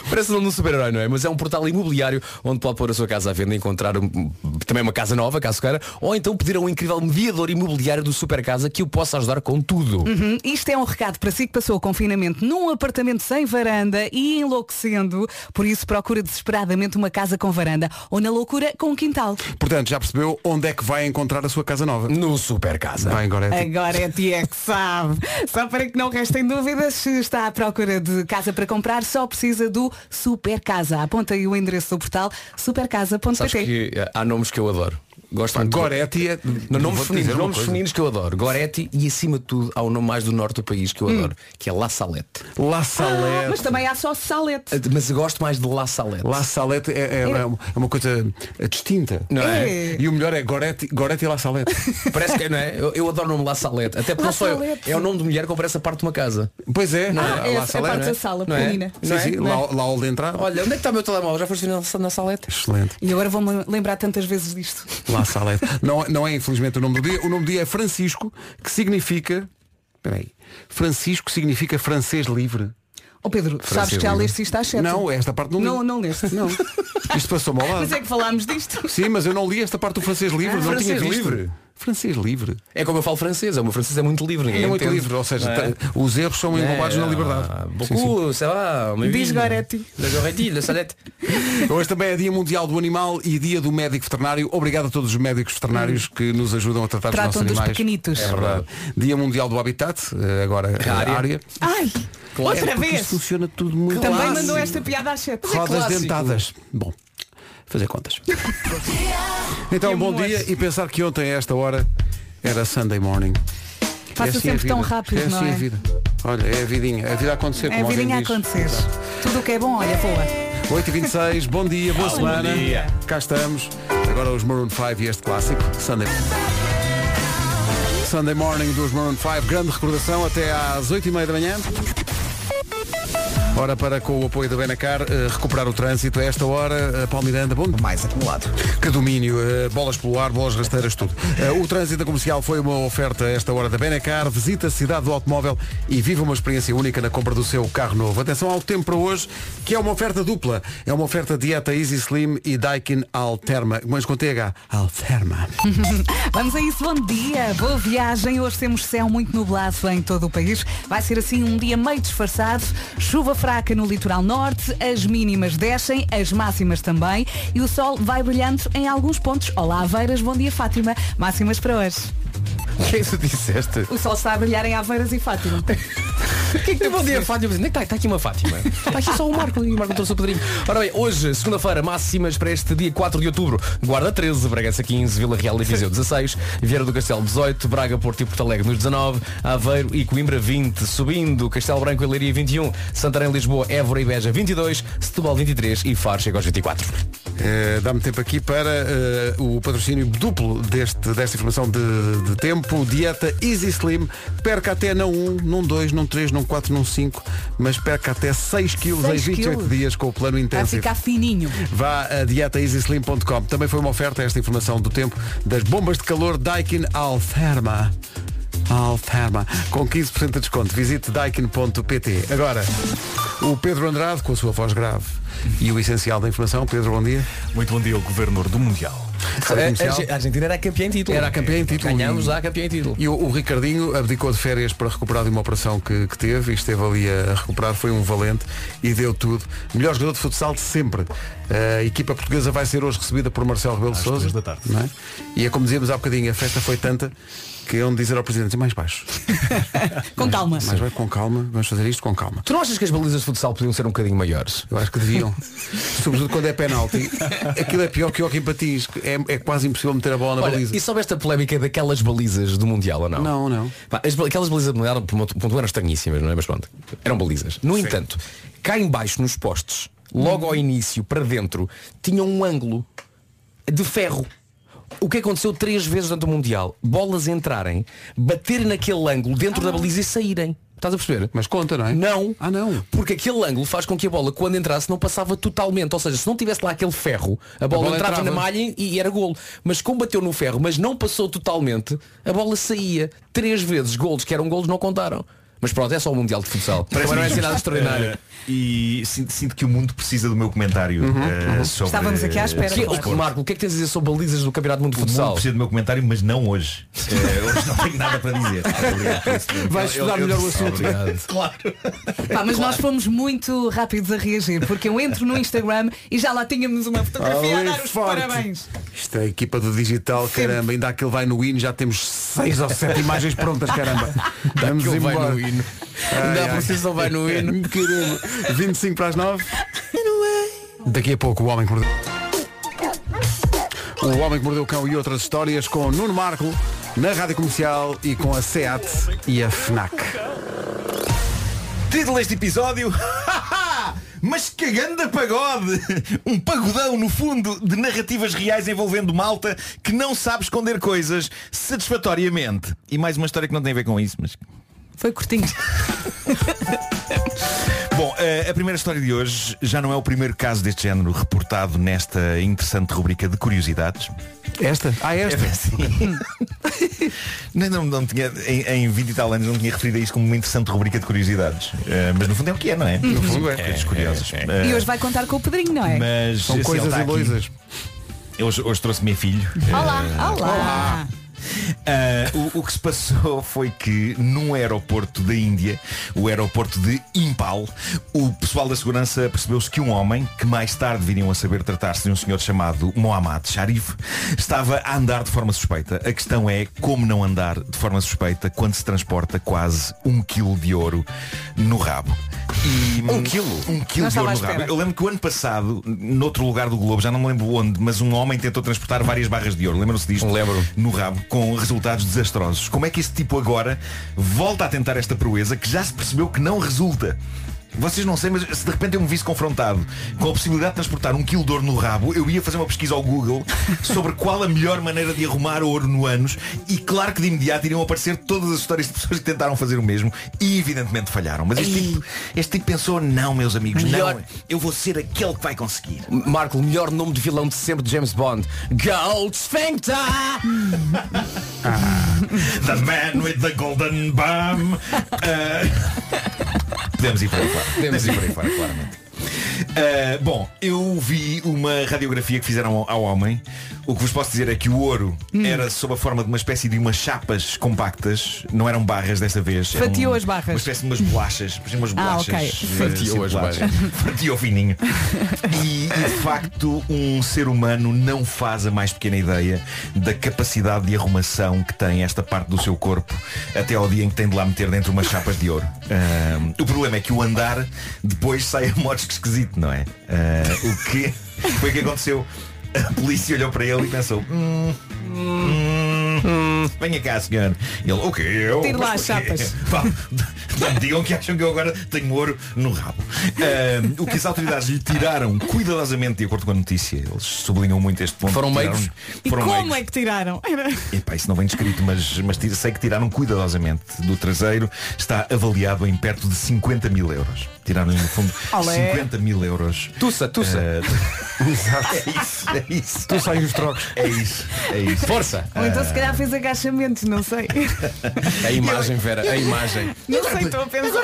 Speaker 10: Parece o nome de um super-herói, não é? Mas é um portal imobiliário onde pode pôr a sua casa à venda e encontrar um- também uma casa nova, caso queira, ou então pedir a um incrível mediador imobiliário do Super Casa que o possa ajudar com tudo.
Speaker 3: Uhum. Isto é um recado para si que passou o confinamento num apartamento sem varanda e enlouquecendo, por isso procura desesperadamente uma casa com varanda ou na loucura com um quintal.
Speaker 1: Portanto, já percebeu onde é que vai encontrar a sua casa nova?
Speaker 10: No Super Casa.
Speaker 1: Bem, Goretti.
Speaker 3: Agora é ti é que sabe. Só para que não restem dúvidas, se está à procura de casa para comprar, só precisa do Super Casa. Aponta aí o endereço do portal
Speaker 10: Sabes
Speaker 3: supercasa.pt.
Speaker 10: que eh, há nomes que eu adoro. Gosto muito de-
Speaker 1: Goretti é...
Speaker 10: Não, nomes
Speaker 1: Vou-te
Speaker 10: femininos,
Speaker 1: dizer uma
Speaker 10: nomes
Speaker 1: coisa.
Speaker 10: femininos que eu adoro. Goretti e acima de tudo há o nome mais do norte do país que eu adoro, que é La Salette.
Speaker 1: La
Speaker 3: Ah,
Speaker 1: Salete.
Speaker 3: mas também há só salete.
Speaker 10: Mas eu gosto mais de La Salette.
Speaker 1: La Salete é, é- é uma- é uma coisa eh, distinta.
Speaker 10: Não é?
Speaker 3: É.
Speaker 1: E o melhor é Goretti, Goretti e La Salete.
Speaker 10: Parece que não é? Eu, eu adoro o nome La Salette. Até porque
Speaker 3: La
Speaker 10: não sou eu.
Speaker 3: Salette.
Speaker 10: É o nome de mulher que parece a parte de uma casa.
Speaker 1: Pois é, não
Speaker 3: Ah,
Speaker 1: é?
Speaker 3: é
Speaker 1: La
Speaker 3: a
Speaker 1: Salete.
Speaker 3: parte da sala,
Speaker 10: Não é?
Speaker 3: pequenina.
Speaker 1: Sim,
Speaker 10: Não é?
Speaker 1: sim,
Speaker 10: Não é?
Speaker 1: lá, lá onde entrar.
Speaker 10: Olha, onde é que está o meu telemóvel? Já foste na, na Salette?
Speaker 1: Excelente.
Speaker 3: E agora vou-me lembrar tantas vezes disto.
Speaker 1: Lá Salete. Não, não é infelizmente o nome do dia. O nome do dia é Francisco, que significa. Peraí. Francisco significa francês livre.
Speaker 3: Ó Pedro, sabes que já leste isto às sete?
Speaker 1: Não, é esta parte não li.
Speaker 3: Não, não leste.
Speaker 1: Não. Isto passou-me ao lado.
Speaker 3: Mas é que falámos disto.
Speaker 1: Sim, mas eu não li esta parte do francês livre. não
Speaker 10: Ah, Francês
Speaker 1: tinha visto.
Speaker 10: livre?
Speaker 1: Francês livre.
Speaker 10: É como eu falo francês, o meu francês é muito livre. ninguém
Speaker 1: É muito
Speaker 10: entende.
Speaker 1: livre, ou seja,
Speaker 10: Não é?
Speaker 1: tá- os erros são englobados na
Speaker 10: Ah,
Speaker 1: liberdade. Sim, sim.
Speaker 10: Beaucoup, ça va, mais
Speaker 3: Diz
Speaker 10: oui.
Speaker 3: Goretti.
Speaker 10: Le Goretti, le Salette.
Speaker 1: Hoje também é Dia Mundial do Animal e Dia do Médico Veterinário. Obrigado a todos os médicos veterinários que nos ajudam a tratar
Speaker 3: Hum. Tratam
Speaker 1: os nossos
Speaker 3: dos
Speaker 1: animais.
Speaker 3: pequenitos.
Speaker 1: É verdade. Dia Mundial do Habitat, eh, agora a
Speaker 10: área.
Speaker 1: área. É
Speaker 3: Ai, outra
Speaker 1: Porque isto
Speaker 3: vez.
Speaker 1: funciona tudo muito
Speaker 3: Também
Speaker 1: bem.
Speaker 3: mandou esta piada às sete.
Speaker 1: Rodas
Speaker 10: clássico.
Speaker 1: dentadas. Bom, fazer contas. então,
Speaker 3: Que
Speaker 1: bom
Speaker 3: amor.
Speaker 1: dia e pensar que ontem a esta hora era Sunday morning. é
Speaker 3: Passa
Speaker 1: assim a
Speaker 3: sempre tão
Speaker 1: vida.
Speaker 3: rápido,
Speaker 1: é assim
Speaker 3: não é?
Speaker 1: a vida. Olha, é a vidinha. É a vida a acontecer,
Speaker 3: É
Speaker 1: como alguém
Speaker 3: virem a
Speaker 1: diz.
Speaker 3: acontecer. Tudo o que é bom, olha, boa.
Speaker 1: 8h26, bom dia, boa semana. Cá estamos. Agora os Maroon 5 e este clássico, Sunday. Sunday Morning dos Maroon 5, grande recordação até às 8h30 da manhã. Ora, para com o apoio da Benacar, eh, recuperar o trânsito a esta hora, eh, Paulo Miranda, bom
Speaker 2: Mais acumulado.
Speaker 1: que domínio, eh, bolas pelo ar, bolas rasteiras, tudo. Eh, o trânsito comercial foi uma oferta a esta hora da Benacar. Visita a cidade do automóvel e viva uma experiência única na compra do seu carro novo. Atenção ao tempo para hoje, que é uma oferta dupla. É uma oferta dieta Easy Slim e Daikin Alterma. Mas com TH, Alterma.
Speaker 3: Vamos a isso, bom dia, boa viagem. Hoje temos céu muito nublado em todo o país. Vai ser assim um dia meio disfarçado. Chuva fraca no litoral norte, as mínimas descem, as máximas também. E o sol vai brilhando em alguns pontos. Olá, Aveiras, bom dia, Fátima. Máximas para hoje.
Speaker 10: O que é isso que disseste?
Speaker 3: O sol está a brilhar em Aveiras e Fátima.
Speaker 10: Bom dia, Fátima. Onde é que está? Está aqui uma Fátima. Está aqui
Speaker 3: um
Speaker 10: só o Marco e o Marco trouxe o Pedrinho. Ora bem, hoje, segunda-feira, máximas para este dia 4 de outubro. Guarda 13, Bragança 15, Vila Real e Viseu 16, Vieira do Castelo 18, Braga, Porto e Porto Alegre nos 19, Aveiro e Coimbra 20, subindo Castelo Branco e um, Leiria 21, Santarém, Lisboa, Évora e Beja 22, Setúbal 23 e Faro chega aos 24.
Speaker 1: Eh, Dá-me tempo aqui para eh, o patrocínio duplo deste, desta informação de, de tempo. Dieta Easy Slim. Perca até não um, não dois, não três, não quatro, não cinco, mas perca até 6 quilos em
Speaker 3: Seis
Speaker 1: 28
Speaker 3: quilos.
Speaker 1: dias com o plano
Speaker 3: Vai
Speaker 1: intensivo.
Speaker 3: ficar fininho.
Speaker 1: Vá a dietaeasyslim.com. Também foi uma oferta esta informação do tempo das bombas de calor Daikin Altherma. Altherma. Com 15% de desconto. Visite daikin.pt. Agora, o Pedro Andrade com a sua voz grave e o essencial da informação. Pedro, bom dia.
Speaker 4: Muito bom dia, o governador do Mundial.
Speaker 1: Rádio Comercial.
Speaker 10: A Argentina era campeã em título.
Speaker 1: Era a campeã em título.
Speaker 10: Ganhámos
Speaker 1: E-
Speaker 10: lá a campeã em título.
Speaker 1: E o, o Ricardinho abdicou de férias para recuperar de uma operação que, que teve e esteve ali a, a recuperar, foi um valente e deu tudo. Melhor jogador de futsal de sempre. A equipa portuguesa vai ser hoje recebida por Marcelo Rebelo de Sousa.
Speaker 4: três da tarde.
Speaker 1: não é? E é como dizíamos há bocadinho, a festa foi tanta que é onde dizer ao Presidente, mais baixo.
Speaker 3: Com calma.
Speaker 1: Mais baixo, com calma, vamos fazer isto com calma.
Speaker 10: Tu não achas que as balizas de futsal podiam ser um bocadinho maiores?
Speaker 1: Eu acho que deviam. Sobretudo quando é penalti. Aquilo é pior que o em patins. É, é quase impossível meter a bola na
Speaker 10: Olha,
Speaker 1: baliza.
Speaker 10: e soubeste a polémica daquelas balizas do Mundial ou não?
Speaker 1: Não, não.
Speaker 10: Pá, as ba- aquelas balizas do Mundial por um ponto eram estranhíssimas, não é? Mas pronto, eram balizas. No entanto, cá em baixo nos postes, logo ao início, para dentro, tinha um ângulo de ferro. O que aconteceu três vezes durante o Mundial? Bolas entrarem, baterem naquele ângulo dentro da baliza e saírem. Estás a perceber?
Speaker 1: Mas conta, não é?
Speaker 10: Não.
Speaker 1: Ah, não.
Speaker 10: Porque aquele ângulo faz com que a bola, quando entrasse, não passava totalmente. Ou seja, se não tivesse lá aquele ferro, a bola,
Speaker 1: bola
Speaker 10: entrava,
Speaker 1: entrava.
Speaker 10: na malha e era golo. Mas como bateu no ferro, mas não passou totalmente, a bola saía. Três vezes golos que eram golos não contaram. Mas pronto, é só o Mundial de Futsal. Também não é assim nada extraordinário.
Speaker 4: Eh, e sinto, sinto que o mundo precisa do meu comentário eh, sobre
Speaker 3: Estávamos aqui à espera.
Speaker 4: sobre
Speaker 10: Que-
Speaker 4: desporto.
Speaker 10: Uhum, Marco, o que é que tens a dizer sobre balizas do Campeonato do Mundo de
Speaker 4: O mundo
Speaker 10: Futsal?
Speaker 4: precisa do meu comentário, mas não hoje. Eh, hoje não tenho nada para dizer. Obrigado por isso.
Speaker 1: Vais
Speaker 4: Eu-
Speaker 1: estudar
Speaker 4: eu-
Speaker 1: melhor
Speaker 4: eu-
Speaker 1: o assunto.
Speaker 4: Claro.
Speaker 3: Pá, mas nós fomos muito rápidos a reagir, porque eu entro no Instagram e já lá tínhamos uma fotografia
Speaker 4: Ah,
Speaker 3: a
Speaker 1: Ali
Speaker 3: dar os
Speaker 1: forte.
Speaker 3: parabéns.
Speaker 1: Isto é a equipa do digital, caramba, ainda aquele vai no hino, já temos seis ou sete imagens prontas, caramba. Vamos
Speaker 10: Aquele vai
Speaker 1: embora.
Speaker 10: no hino. Ainda a precisão vai no hino.
Speaker 1: Caramba. 25 para as 9. Daqui a pouco o homem que mordeu. O Homem que Mordeu o Cão e outras histórias com Nuno Marco na Rádio Comercial e com a SEAT e a FNAC.
Speaker 4: Título deste episódio Mas cagando a pagode Um pagodão no fundo De narrativas reais envolvendo malta Que não sabe esconder coisas Satisfatoriamente E mais uma história que não tem a ver com isso mas...
Speaker 3: Foi curtinho.
Speaker 4: Bom, eh, a primeira história de hoje Já não é o primeiro caso deste género Reportado nesta interessante rubrica de curiosidades
Speaker 1: Esta? Ah, esta?
Speaker 4: não, não, não tinha, em, em 20 e tal anos não tinha referido a isso como uma interessante rubrica de curiosidades Eh, Mas no fundo é o que é, não é? No
Speaker 1: fundo é.
Speaker 4: Coisas curiosas Eh,
Speaker 3: E hoje vai contar com o Pedrinho, não é?
Speaker 4: Mas
Speaker 1: São
Speaker 4: se ele
Speaker 1: coisas
Speaker 4: está
Speaker 1: e
Speaker 4: aqui,
Speaker 1: coisas.
Speaker 4: Hoje, hoje trouxe meu filho.
Speaker 3: Olá, olá.
Speaker 4: Ah, Eh, o, o que se passou foi que num aeroporto da Índia, o aeroporto de Impal, o pessoal da segurança percebeu-se que um homem, que mais tarde viriam a saber tratar-se de um senhor chamado Mohammad Sharif, estava a andar de forma suspeita. A questão é como não andar de forma suspeita quando se transporta quase um quilo de ouro no rabo. E, um quilo? Um quilo
Speaker 3: Não
Speaker 4: de
Speaker 3: estava
Speaker 4: ouro
Speaker 3: à
Speaker 4: no rabo.
Speaker 3: espera.
Speaker 4: Eu lembro que o ano passado, noutro lugar do globo, já não me lembro onde, mas um homem tentou transportar várias barras de ouro. Lembram-se disto?
Speaker 10: Lembro.
Speaker 4: no rabo com resultados desastrosos. Como é que este tipo agora volta a tentar esta proeza que já se percebeu que não resulta? Vocês não sabem, mas se de repente eu me visse confrontado com a possibilidade de transportar um quilo de ouro no rabo, eu ia fazer uma pesquisa ao Google sobre qual a melhor maneira de arrumar ouro no ânus e claro que de imediato iriam aparecer todas as histórias de pessoas que tentaram fazer o mesmo e evidentemente falharam. Mas este, tipo, este tipo pensou, não meus amigos,
Speaker 10: Melhor-
Speaker 4: não, é-". eu vou ser aquele que vai conseguir.
Speaker 10: Marco, o melhor nome de vilão de sempre de James Bond. Goldsphincter!
Speaker 4: The man with the golden bum. Ah, podemos ir para aí fora. Podemos ir para aí fora, claramente. Ah, bom, eu vi uma radiografia que fizeram ao, ao homem. O que vos posso dizer é que o ouro era sob a forma de uma espécie de umas chapas compactas. Não eram barras desta vez. eram
Speaker 3: Fatiou as barras.
Speaker 4: Uma espécie de umas bolachas. parecia Umas
Speaker 3: Ah,
Speaker 4: bolachas.
Speaker 3: ok.
Speaker 4: eh,
Speaker 10: Fatiou as
Speaker 4: circulares. Fatiou fininho. E, e, de facto, um ser humano não faz a mais pequena ideia da capacidade de arrumação que tem esta parte do seu corpo até ao dia em que tem de lá meter dentro umas chapas de ouro. Ahm, o problema é que o andar depois sai a modos que esquisito, não é? Ah, o que foi o que aconteceu? A polícia olhou para ele e pensou, "Hum, hum, Venha cá, senhor. E ele, o quê? Eu?
Speaker 3: Tire lá
Speaker 4: Mas
Speaker 3: as
Speaker 4: porquê?"
Speaker 3: chapas.
Speaker 4: Pá, não me digam que acham que eu agora tenho ouro no rabo. Ah, o que as autoridades lhe tiraram cuidadosamente, de acordo com a notícia, eles sublinham muito este ponto.
Speaker 10: Foram
Speaker 4: Tiraram-
Speaker 10: meigos?
Speaker 3: E
Speaker 4: Foram
Speaker 3: como
Speaker 4: meigos.
Speaker 3: é que tiraram?
Speaker 4: Epá, isso não vem descrito, mas, mas tira- sei que tiraram cuidadosamente do traseiro. Está avaliado em perto de 50 mil euros. Tiraram-lhe, no fundo,
Speaker 3: Olé.
Speaker 4: 50 mil euros.
Speaker 10: Tussa, tussa.
Speaker 4: Eh, Exato. É isso, é isso. Tu sai os trocos. É isso, é isso.
Speaker 10: Força!
Speaker 3: Ou então se calhar fez agachamento, não sei.
Speaker 10: A imagem, Vera, a imagem.
Speaker 3: Não sei, estou a pensar.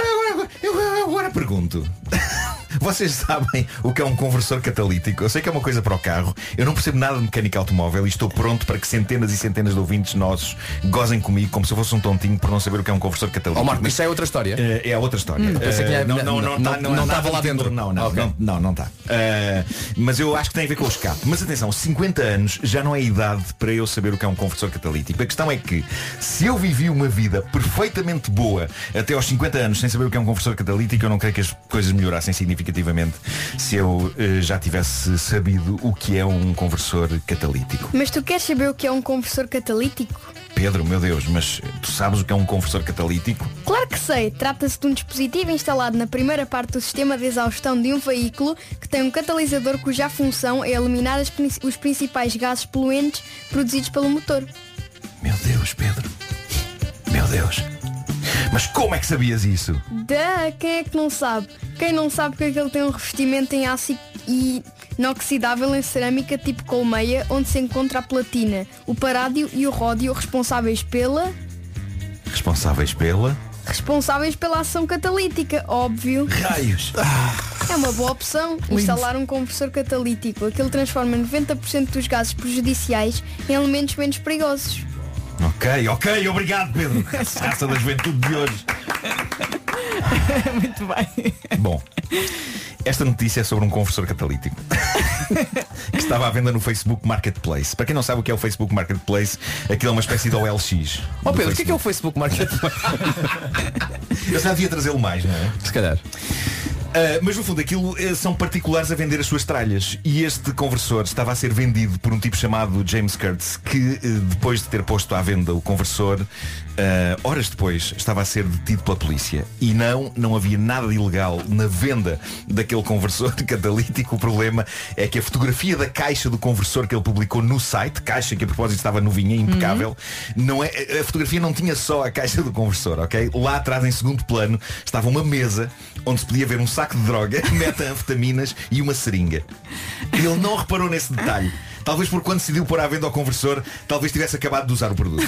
Speaker 4: Agora pergunto. Vocês sabem o que é um conversor catalítico? Eu sei que é uma coisa para o carro. Eu não percebo nada de mecânica automóvel e estou pronto para que centenas e centenas de ouvintes nossos gozem comigo como se eu fosse um tontinho por não saber o que é um conversor catalítico.
Speaker 10: Ó Marco, isto é outra história.
Speaker 4: É, é outra história.
Speaker 10: Hum, pensei que
Speaker 4: Eh,
Speaker 10: é-
Speaker 4: não,
Speaker 10: não-
Speaker 4: não, não,
Speaker 10: não-
Speaker 4: tá-
Speaker 10: não
Speaker 4: é nada
Speaker 10: estava lá
Speaker 4: de
Speaker 10: dentro.
Speaker 4: Não, não,
Speaker 10: Ok.
Speaker 4: não, não, não está. mas eu acho que tem a ver com o escape. Mas atenção, 50 anos já não é idade para eu saber o que é um conversor catalítico. A questão é que se eu vivi uma vida perfeitamente boa até aos 50 anos sem saber o que é um conversor catalítico, eu não creio que as coisas melhorassem significativamente se eu eh, já tivesse sabido o que é um conversor catalítico.
Speaker 8: Mas tu queres saber o que é um conversor catalítico?
Speaker 4: Pedro, meu Deus, mas tu sabes o que é um conversor catalítico?
Speaker 8: Claro que sei, trata-se de um dispositivo instalado na primeira parte do sistema de exaustão de um veículo que tem um catalisador cuja função é eliminar as prin- os principais gases poluentes produzidos pelo motor.
Speaker 4: Meu Deus, Pedro. Meu Deus. Mas como é que sabias isso?
Speaker 8: Da, quem é que não sabe? Quem não sabe que aquele tem um revestimento em aço e inoxidável em cerâmica tipo colmeia, onde se encontra a platina, o parádio e o ródio responsáveis pela...
Speaker 4: Responsáveis pela.
Speaker 8: responsáveis pela ação catalítica, óbvio.
Speaker 4: Raios!
Speaker 8: É uma boa opção instalar um conversor catalítico. Aquilo transforma 90% dos gases prejudiciais em elementos menos perigosos.
Speaker 4: Ok, ok, obrigado, Pedro. Raça da juventude de hoje.
Speaker 3: Muito bem.
Speaker 4: Bom, esta notícia é sobre um conversor catalítico que estava à venda no Facebook Marketplace. Para quem não sabe o que é o Facebook Marketplace, aquilo é uma espécie de OLX.
Speaker 10: Ó
Speaker 4: do
Speaker 10: Pedro, o que é, que é o
Speaker 4: Facebook.
Speaker 10: Facebook Marketplace?
Speaker 4: Eu já devia trazê-lo mais, não é?
Speaker 10: Se calhar.
Speaker 4: Ah, mas no fundo aquilo eh, são particulares a vender as suas tralhas E este conversor estava a ser vendido por um tipo chamado James Kurtz Que eh, depois de ter posto à venda o conversor ah, Horas depois estava a ser detido pela polícia E não, não havia nada de ilegal na venda daquele conversor catalítico O problema é que a fotografia da caixa do conversor que ele publicou no site Caixa que a propósito estava novinha, impecável
Speaker 3: Uhum.
Speaker 4: não é, A fotografia não tinha só a caixa do conversor, ok? Lá atrás em segundo plano estava uma mesa onde se podia ver um saco de droga, metanfetaminas e uma seringa. E ele não reparou nesse detalhe. Talvez por quando decidiu pôr à venda ao conversor, talvez tivesse acabado de usar o produto.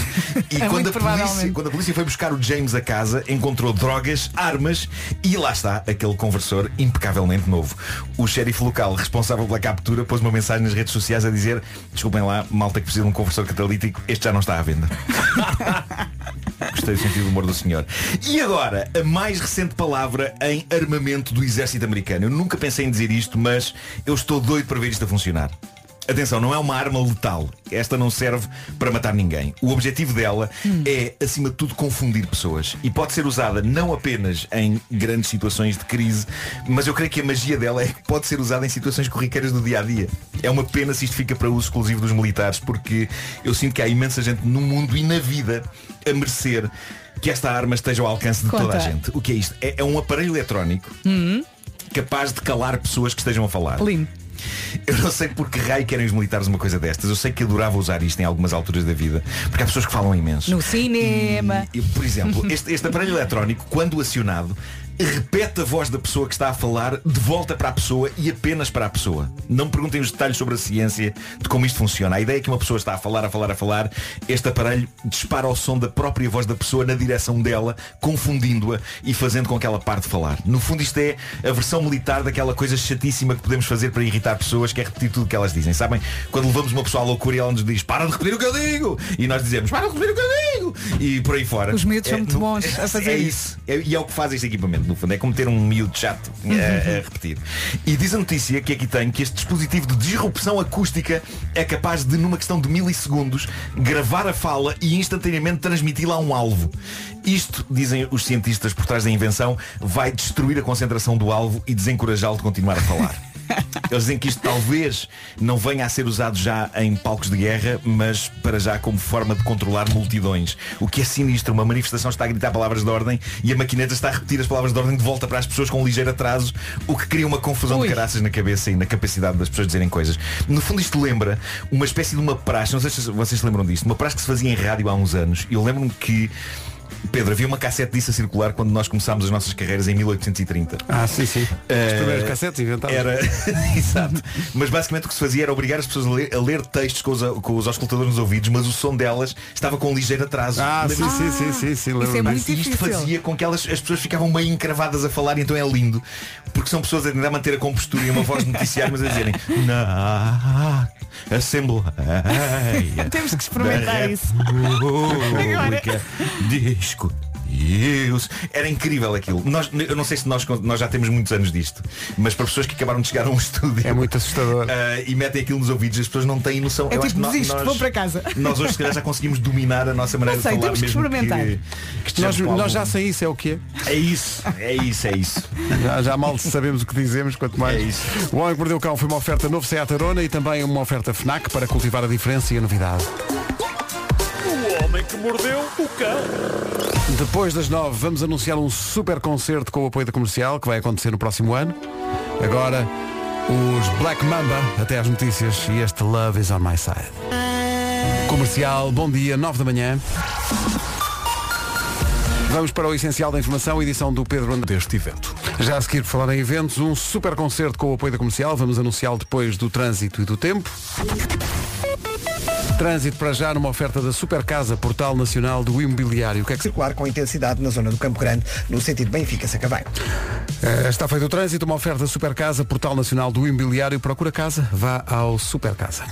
Speaker 4: E
Speaker 3: É
Speaker 4: quando,
Speaker 3: muito
Speaker 4: a polícia,
Speaker 3: provavelmente.
Speaker 4: quando a polícia foi buscar o James a casa, encontrou drogas, armas e lá está aquele conversor impecavelmente novo. O xerife local responsável pela captura pôs uma mensagem nas redes sociais a dizer desculpem lá, malta que precisa de um conversor catalítico, este já não está à venda. Gostei do sentido do humor do senhor. E agora, a mais recente palavra em armamento do exército americano. Eu nunca pensei em dizer isto, mas eu estou doido para ver isto a funcionar. Atenção, não é uma arma letal. Esta não serve para matar ninguém. O objetivo dela é, acima de tudo, confundir pessoas. E pode ser usada não apenas em grandes situações de crise, mas eu creio que a magia dela é que pode ser usada em situações corriqueiras do dia a dia. É uma pena se isto fica para uso exclusivo dos militares, porque eu sinto que há imensa gente no mundo e na vida a merecer que esta arma esteja ao alcance de toda a
Speaker 3: Conta.
Speaker 4: gente. O que é isto? É, é um aparelho eletrónico
Speaker 3: Hum,
Speaker 4: capaz de calar pessoas que estejam a falar.
Speaker 3: lindo.
Speaker 4: Eu não sei por que raio querem os militares uma coisa destas. Eu sei que adorava usar isto em algumas alturas da vida, porque há pessoas que falam imenso.
Speaker 3: No cinema.
Speaker 4: E, por exemplo, este, este aparelho eletrónico, quando acionado, repete a voz da pessoa que está a falar de volta para a pessoa e apenas para a pessoa. Não me perguntem os detalhes sobre a ciência de como isto funciona. A ideia é que uma pessoa está a falar, a falar, a falar, este aparelho dispara o som da própria voz da pessoa na direção dela, confundindo-a e fazendo com que ela pare de falar. No fundo isto é a versão militar daquela coisa chatíssima que podemos fazer para irritar pessoas, que é repetir tudo o que elas dizem. Sabem? Quando levamos uma pessoa à loucura e ela nos diz, para de repetir o que eu digo! E nós dizemos, para de repetir o que eu digo! E por aí fora. É,
Speaker 3: Os miúdos são muito
Speaker 4: no-
Speaker 3: bons a fazer
Speaker 4: é isso. É- e é o que faz este equipamento. no fundo. É como ter um miúdo chato a,
Speaker 3: Uhum.
Speaker 4: a repetir. E diz a notícia que aqui tem que este dispositivo de disrupção acústica é capaz de, numa questão de milissegundos, gravar a fala e instantaneamente transmiti-la a um alvo. Isto, dizem os cientistas por trás da invenção, vai destruir a concentração do alvo e desencorajá-lo de continuar a falar. Eles dizem que isto talvez não venha a ser usado já em palcos de guerra, mas para já como forma de controlar multidões. O que é sinistro, uma manifestação está a gritar palavras de ordem e a maquineta está a repetir as palavras de ordem de volta para as pessoas com um ligeiro atraso, o que cria uma confusão de caraças na cabeça e na capacidade das pessoas dizerem coisas. No fundo isto lembra uma espécie de uma praxe, não sei se vocês se lembram disto, uma praxe que se fazia em rádio há uns anos. Eu lembro-me que Pedro, havia uma cassete disso a circular quando nós começámos as nossas carreiras em 1830.
Speaker 1: Ah, sim, sim. As
Speaker 4: Eh,
Speaker 1: primeiras cassetes inventadas.
Speaker 4: Era... Exato. Mas basicamente o que se fazia era obrigar as pessoas a ler, a ler textos com os, com os auscultadores nos ouvidos, mas o som delas estava com um ligeiro atraso.
Speaker 1: Ah,
Speaker 4: Lembra-
Speaker 1: sim, sim, sim, sim, sim,
Speaker 4: E
Speaker 3: é
Speaker 1: lembro-me.
Speaker 4: isto fazia com que elas, as pessoas ficavam meio encravadas a falar, então é lindo, porque são pessoas a tentar manter a compostura e uma voz de noticiário, mas a dizerem na Assembleia.
Speaker 7: Temos que experimentar
Speaker 4: da
Speaker 7: isso.
Speaker 4: República Disco. Deus. Era incrível aquilo. Nós, eu não sei se nós, nós já temos muitos anos disto, mas para pessoas que acabaram de chegar a um estúdio é
Speaker 1: muito assustador
Speaker 4: e metem aquilo nos ouvidos, as pessoas não têm noção.
Speaker 3: É
Speaker 4: eu acho
Speaker 3: tipo,
Speaker 4: que nós,
Speaker 3: desisto,
Speaker 4: nós-
Speaker 3: vou para casa.
Speaker 4: nós hoje se calhar já conseguimos dominar a nossa maneira
Speaker 3: Não sei,
Speaker 4: de falar
Speaker 3: temos que
Speaker 4: mesmo
Speaker 3: experimentar.
Speaker 4: que
Speaker 1: Nós,
Speaker 4: estejamos com
Speaker 1: nós
Speaker 4: algum-
Speaker 1: já sei isso, é o quê?
Speaker 4: É isso, é isso, é isso.
Speaker 1: Já, já mal sabemos o que dizemos, quanto mais. O Homem que Mordeu o Cão foi uma oferta novo Seat Arona e também uma oferta FNAC para cultivar a diferença e a novidade.
Speaker 13: O homem que mordeu o cão.
Speaker 1: Depois das nove, vamos anunciar um super concerto com o apoio da comercial que vai acontecer no próximo ano. Agora, os Black Mamba, até às notícias e este Love is on my side. Comercial, bom dia, nove da manhã. Vamos para o essencial da informação, edição do Pedro André deste evento. Já a seguir, por falar em eventos, um super concerto com o apoio da comercial. Vamos anunciá-lo depois do trânsito e do tempo. Trânsito para já numa oferta da Super Casa, Portal Nacional do Imobiliário. O que é que se
Speaker 2: Circular com intensidade na zona do Campo Grande, no sentido Benfica-Sacavém.
Speaker 1: Eh, Está feito o trânsito, uma oferta Super Casa, Portal Nacional do Imobiliário. Procura casa, vá ao Super Casa.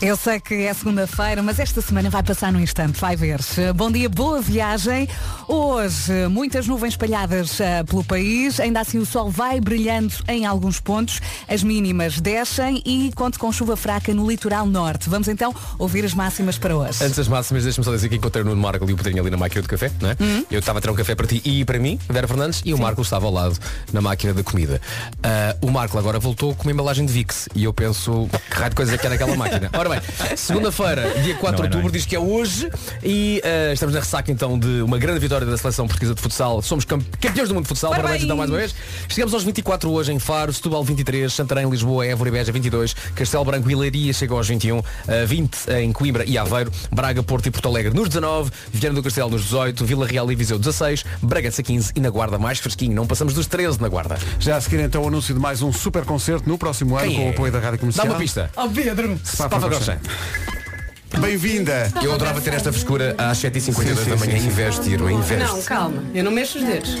Speaker 3: Eu sei que é segunda-feira, mas esta semana vai passar num instante, vai ver. Bom dia, boa viagem. Hoje, muitas nuvens espalhadas ah, pelo país, ainda assim o sol vai brilhando em alguns pontos, as mínimas descem e conto com chuva fraca no litoral norte. Vamos então ouvir as máximas para hoje.
Speaker 10: Antes das máximas, deixa-me só dizer que encontrei o Nuno Marco e o Pedrinho ali na máquina de café, não é?
Speaker 3: Uhum.
Speaker 10: Eu estava a tirar um café para ti e para mim, Vera Fernandes, e o Marco estava ao lado na máquina da comida. Ah, o Marco agora voltou com uma embalagem de Vix e eu penso, que raio de coisa é que era aquela máquina. Ora bem, segunda-feira, dia 4 de
Speaker 14: Não é, não
Speaker 10: outubro,
Speaker 14: é.
Speaker 10: diz que é hoje e ah, estamos na ressaca então de uma grande vitória da seleção portuguesa de futsal. Somos campe- campeões do mundo de futsal, parabéns, então mais uma vez. Chegamos aos 24 hoje em Faro, Setúbal 23, Santarém, Lisboa, Évora e Beja 22, Castelo Branco e Leiria chegam aos 21, eh, 20 em Coimbra e Aveiro, Braga, Porto e Porto Alegre nos 19, Viana do Castelo nos 18, Vila Real e Viseu 16, Bragança 15 e na Guarda mais fresquinho, não passamos dos 13 na Guarda.
Speaker 1: Já a seguir então o anúncio de mais um super concerto no próximo ano
Speaker 10: Quem
Speaker 1: com o
Speaker 10: é?
Speaker 1: apoio da Rádio Comercial.
Speaker 10: Dá uma pista.
Speaker 3: Oh Pedro!
Speaker 10: Papa Grossa.
Speaker 1: Bem-vinda!
Speaker 10: Eu adorava ter esta frescura às 7h52
Speaker 1: Sim, sim,
Speaker 10: da manhã,
Speaker 1: sim, sim.
Speaker 10: investir, investe.
Speaker 15: Não, calma. Eu não mexo os dedos.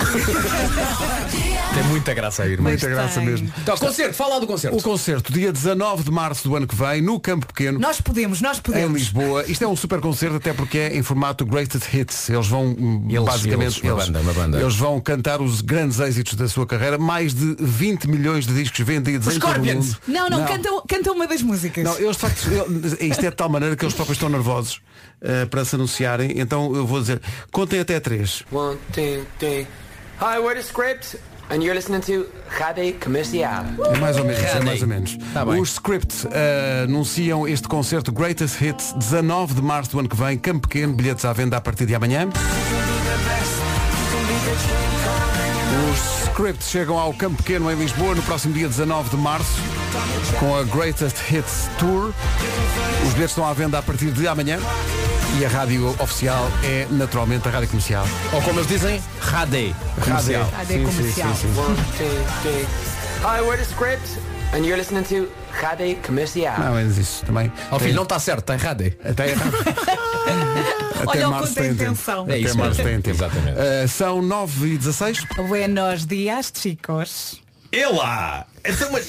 Speaker 10: Tem muita graça aí, irmão.
Speaker 1: Muita graça mesmo.
Speaker 10: Então, concerto, fala lá do concerto.
Speaker 1: O concerto, dia 19 de março do ano que vem, no Campo Pequeno.
Speaker 3: Nós podemos, nós podemos.
Speaker 1: Em Lisboa. Isto é um super concerto, até porque é em formato Greatest Hits. Eles vão, hum,
Speaker 10: Eles,
Speaker 1: basicamente,
Speaker 10: eles, uma banda, uma banda.
Speaker 1: eles vão cantar os grandes êxitos da sua carreira. Mais de 20 milhões de discos vendidos
Speaker 3: Os
Speaker 1: em todo o
Speaker 3: Scorpions.
Speaker 1: mundo.
Speaker 3: Não, não, Canta, canta uma das músicas.
Speaker 1: Não, eles de facto, eu- isto é de tal maneira que eles próprios estão nervosos eh, para se anunciarem. Então eu vou dizer, contem até três.
Speaker 16: One, two, three. Hi, we're the script, and you're listening to Rádio Comercial.
Speaker 1: É mais ou menos, é mais ou menos.
Speaker 10: Tá
Speaker 1: Os Script eh, anunciam este concerto Greatest Hits 19 de março do ano que vem, Campo Pequeno, bilhetes à venda a partir de amanhã. Os Script chegam ao Campo Pequeno em Lisboa no próximo dia 19 de março com a Greatest Hits Tour. Os bilhetes estão à venda a partir de amanhã e a rádio oficial é naturalmente a Rádio Comercial.
Speaker 10: Ou como eles dizem, Radei.
Speaker 1: Comercial.
Speaker 16: Rádio Comercial. One, two, three. Hi, we're the script, and you're listening to Rádio Comercial.
Speaker 1: Não, menos Ah, isso também. Tem-
Speaker 10: Ó Oh, filho, não está certo, está errado. é?
Speaker 1: Até errado. Até
Speaker 3: Olha o
Speaker 1: março
Speaker 3: quanto é
Speaker 1: tem tempo.
Speaker 3: intenção.
Speaker 1: Até
Speaker 10: É isso
Speaker 1: março
Speaker 10: mesmo.
Speaker 1: tem tempo.
Speaker 10: Exatamente.
Speaker 1: Uh, são 9 e 16
Speaker 3: Buenos dias, chicos.
Speaker 4: Elá! Então, mas...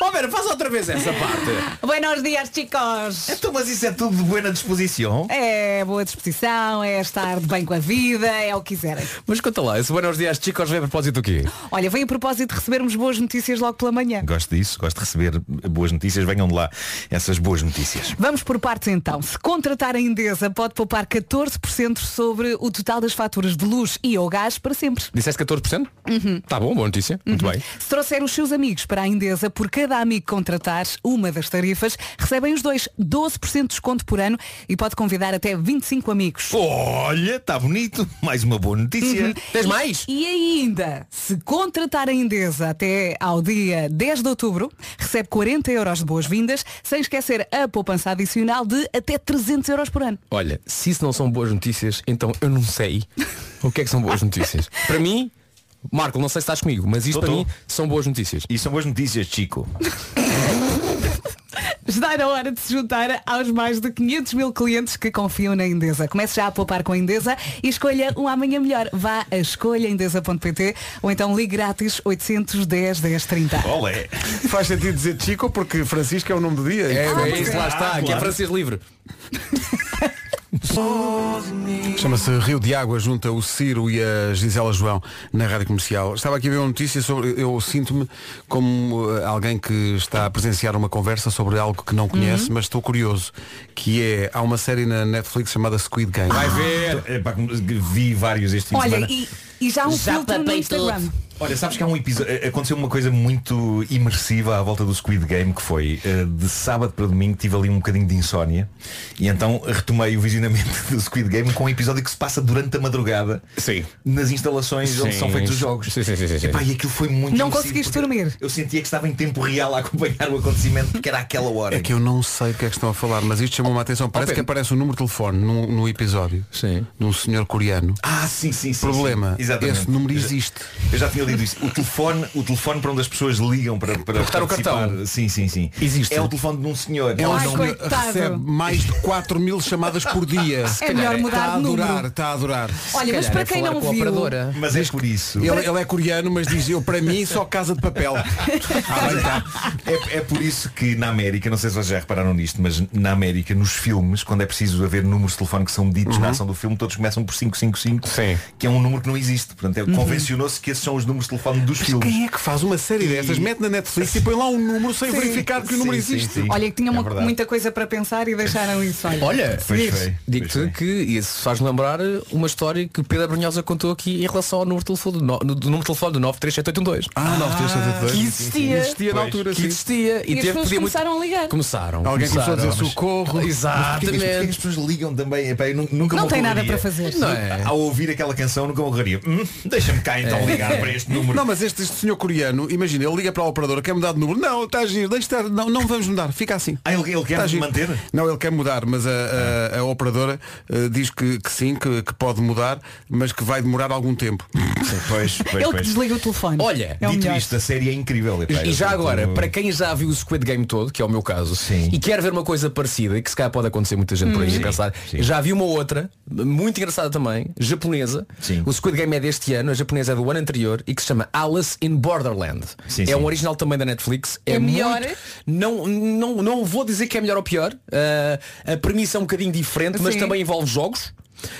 Speaker 10: Ó Oh, Vera, faz outra vez essa parte.
Speaker 3: Buenos dias, chicos.
Speaker 4: Então, mas isso é tudo de boa disposição.
Speaker 3: É boa disposição, é estar de bem com a vida, é o que quiserem.
Speaker 10: Mas conta lá, esse Buenos Dias Chicos vem a propósito do quê?
Speaker 3: Olha, veio a propósito de recebermos boas notícias logo pela manhã.
Speaker 4: Gosto disso, gosto de receber boas notícias. Venham de lá
Speaker 10: É,
Speaker 4: essas boas notícias.
Speaker 3: Vamos por partes então. Se contratar a Endesa, pode poupar 14% sobre o total das faturas de luz e ou gás para sempre.
Speaker 10: Disseste 14%?
Speaker 3: Uhum.
Speaker 10: Tá bom, boa notícia. Muito bem.
Speaker 3: Se trouxer os seus amigos para a Endesa, por cada amigo que contratar uma das tarifas, recebem os dois 12% de desconto por ano e pode convidar até 25 amigos.
Speaker 4: Olha, está bonito. Mais uma boa notícia.
Speaker 3: Uhum. E- E ainda, se contratar a Endesa até ao dia 10 de outubro, recebe 40 euros de boas-vindas, sem esquecer a poupança adicional de até 300 euros por ano.
Speaker 10: Olha, se isso não são boas notícias, então eu não sei o que é que são boas notícias. Para mim, Marco, não sei se estás comigo, mas isto
Speaker 4: Tô,
Speaker 10: para
Speaker 4: tô.
Speaker 10: mim são boas notícias.
Speaker 4: E são boas notícias, Chico.
Speaker 3: Está na hora de se juntar aos mais de 500 mil clientes que confiam na Endesa. Comece já a poupar com a Endesa e escolha um amanhã melhor. Vá a escolhaendesa.pt ou então ligue grátis 810 1030.
Speaker 4: Olé.
Speaker 1: Faz sentido dizer Chico porque Francisco é o nome do dia.
Speaker 10: É,
Speaker 1: Ah,
Speaker 10: é isso, lá está, que é
Speaker 1: claro.
Speaker 10: Francisco Livre.
Speaker 1: Chama-se Rio de Água, junta o Ciro e a Gisela João na Rádio Comercial. Estava aqui a ver uma notícia sobre. Eu sinto-me como eh, alguém que está a presenciar uma conversa sobre algo que não
Speaker 3: Uhum.
Speaker 1: conhece, mas estou curioso, que é há uma série na Netflix chamada Squid Game.
Speaker 4: Vai ver. Epá, como- vi vários este fim de
Speaker 3: Olha,
Speaker 4: semana.
Speaker 3: e, e já há um
Speaker 4: Já
Speaker 3: filtro no
Speaker 4: papei
Speaker 3: Instagram.
Speaker 4: Olha, sabes que há um episódio. Aconteceu uma coisa muito imersiva à volta do Squid Game que foi eh, de sábado para domingo tive ali um bocadinho de insónia e então retomei o visionamento do Squid Game com um episódio que se passa durante a madrugada nas instalações onde
Speaker 10: Sim.
Speaker 4: são feitos os jogos.
Speaker 10: Sim, sim, sim, sim, sim.
Speaker 4: Epá, e aquilo foi muito
Speaker 3: Não
Speaker 4: imersivo,
Speaker 3: conseguiste
Speaker 4: porque
Speaker 3: dormir.
Speaker 4: Eu sentia que estava em tempo real a acompanhar o acontecimento porque era aquela hora.
Speaker 1: É que eu não sei o que é que estão a falar, mas isto chamou-me a atenção. Parece que
Speaker 4: Pedro.
Speaker 1: aparece um número de telefone no, no episódio de um senhor coreano.
Speaker 4: Ah, sim, sim, sim.
Speaker 1: Problema,
Speaker 4: sim. Exatamente.
Speaker 1: esse número
Speaker 4: Eu já-
Speaker 1: existe.
Speaker 4: Eu já tinha lido isso. O telefone, o telefone para onde as pessoas ligam para, para
Speaker 10: botar o
Speaker 4: participar.
Speaker 10: cartão.
Speaker 4: Sim, sim, sim.
Speaker 10: Existe.
Speaker 4: É o telefone de um senhor.
Speaker 1: É um
Speaker 4: Ai,
Speaker 1: senhor que
Speaker 4: coitado.
Speaker 1: recebe mais de 4 mil chamadas por dia.
Speaker 4: É melhor mudar
Speaker 1: está a
Speaker 4: de número.
Speaker 1: adorar, está a adorar.
Speaker 3: Olha, mas
Speaker 10: é
Speaker 4: é
Speaker 3: para quem não viu.
Speaker 4: Mas é por isso.
Speaker 1: Ele, ele é coreano, mas diz eu para mim só casa de papel.
Speaker 4: Ah, bem, tá. é, é por isso que na América, não sei se vocês já repararam nisto, mas na América, nos filmes, quando é preciso haver números de telefone que são medidos
Speaker 10: Uhum.
Speaker 4: na ação do filme, todos começam por 555, que é um número que não existe. Portanto, é,
Speaker 1: Uhum.
Speaker 4: convencionou-se que esses são os números de telefone dos filmes.
Speaker 1: Quem é que faz uma série destas? Mete na Netflix e põe lá um número sem
Speaker 3: Sim.
Speaker 1: verificar que o número existe.
Speaker 3: Olha, que tinham
Speaker 10: É
Speaker 3: uma-
Speaker 10: verdade.
Speaker 3: muita coisa para pensar e deixaram isso. Olha,
Speaker 10: Olha,
Speaker 3: seguires.
Speaker 10: digo-te que isso faz lembrar eh, uma história que Pedro Brunhosa contou aqui em relação ao número de telefone do, no, do número de telefone do 93782.
Speaker 1: Ah, 93782.
Speaker 10: Que
Speaker 1: Sim, sim, sim.
Speaker 10: existia.
Speaker 1: Existia na
Speaker 10: um Pois,
Speaker 1: altura,
Speaker 10: Que
Speaker 1: sim.
Speaker 10: existia.
Speaker 3: E as
Speaker 10: teve-
Speaker 3: pessoas
Speaker 10: podia muito-
Speaker 3: começaram a ligar.
Speaker 10: Começaram.
Speaker 1: Alguém começou a dizer
Speaker 10: começaram, mas-
Speaker 1: socorro.
Speaker 4: Mas porquê que as
Speaker 10: Exatamente.
Speaker 4: pessoas ligam também? Epá, eu nu- nunca
Speaker 3: Não
Speaker 4: me
Speaker 3: tem nada
Speaker 4: ocorreria.
Speaker 3: para fazer.
Speaker 4: Não é? Ao ouvir aquela canção nunca me ocorreria. Hum, Deixa-me cá então ligar para este número.
Speaker 1: Não, mas este, este senhor coreano, imagina, ele liga para a operadora, quer mudar de número. Não, está a giro, deixa estar, não, não vamos mudar, fica assim.
Speaker 4: Ah, ele, ele quer
Speaker 1: Está giro.
Speaker 4: manter? Ah.
Speaker 1: Não, ele quer mudar, mas a, a- a operadora eh, diz que, que sim, que, que pode mudar, mas que vai demorar algum tempo.
Speaker 4: Pois,
Speaker 3: Ele que desliga o telefone.
Speaker 10: Olha,
Speaker 3: é o
Speaker 10: dito
Speaker 3: melhor.
Speaker 4: Isto, a série é incrível. epá,
Speaker 10: E
Speaker 4: eu
Speaker 10: já
Speaker 4: tô-
Speaker 10: agora, para quem já viu o Squid Game todo, que é o meu caso, e quer ver uma coisa parecida, que se calhar pode acontecer muita gente por aí
Speaker 4: Hum.
Speaker 10: a pensar, já vi uma outra, muito engraçada também, japonesa. O Squid Game é deste ano, a japonesa é do ano anterior e que se chama Alice in Borderland. é um original também da Netflix.
Speaker 3: É melhor?
Speaker 10: muito- não, não, não vou dizer que é melhor ou pior. ah, a premissa é um bocadinho diferente, mas
Speaker 3: Sim. Uhum.
Speaker 10: também envolve jogos.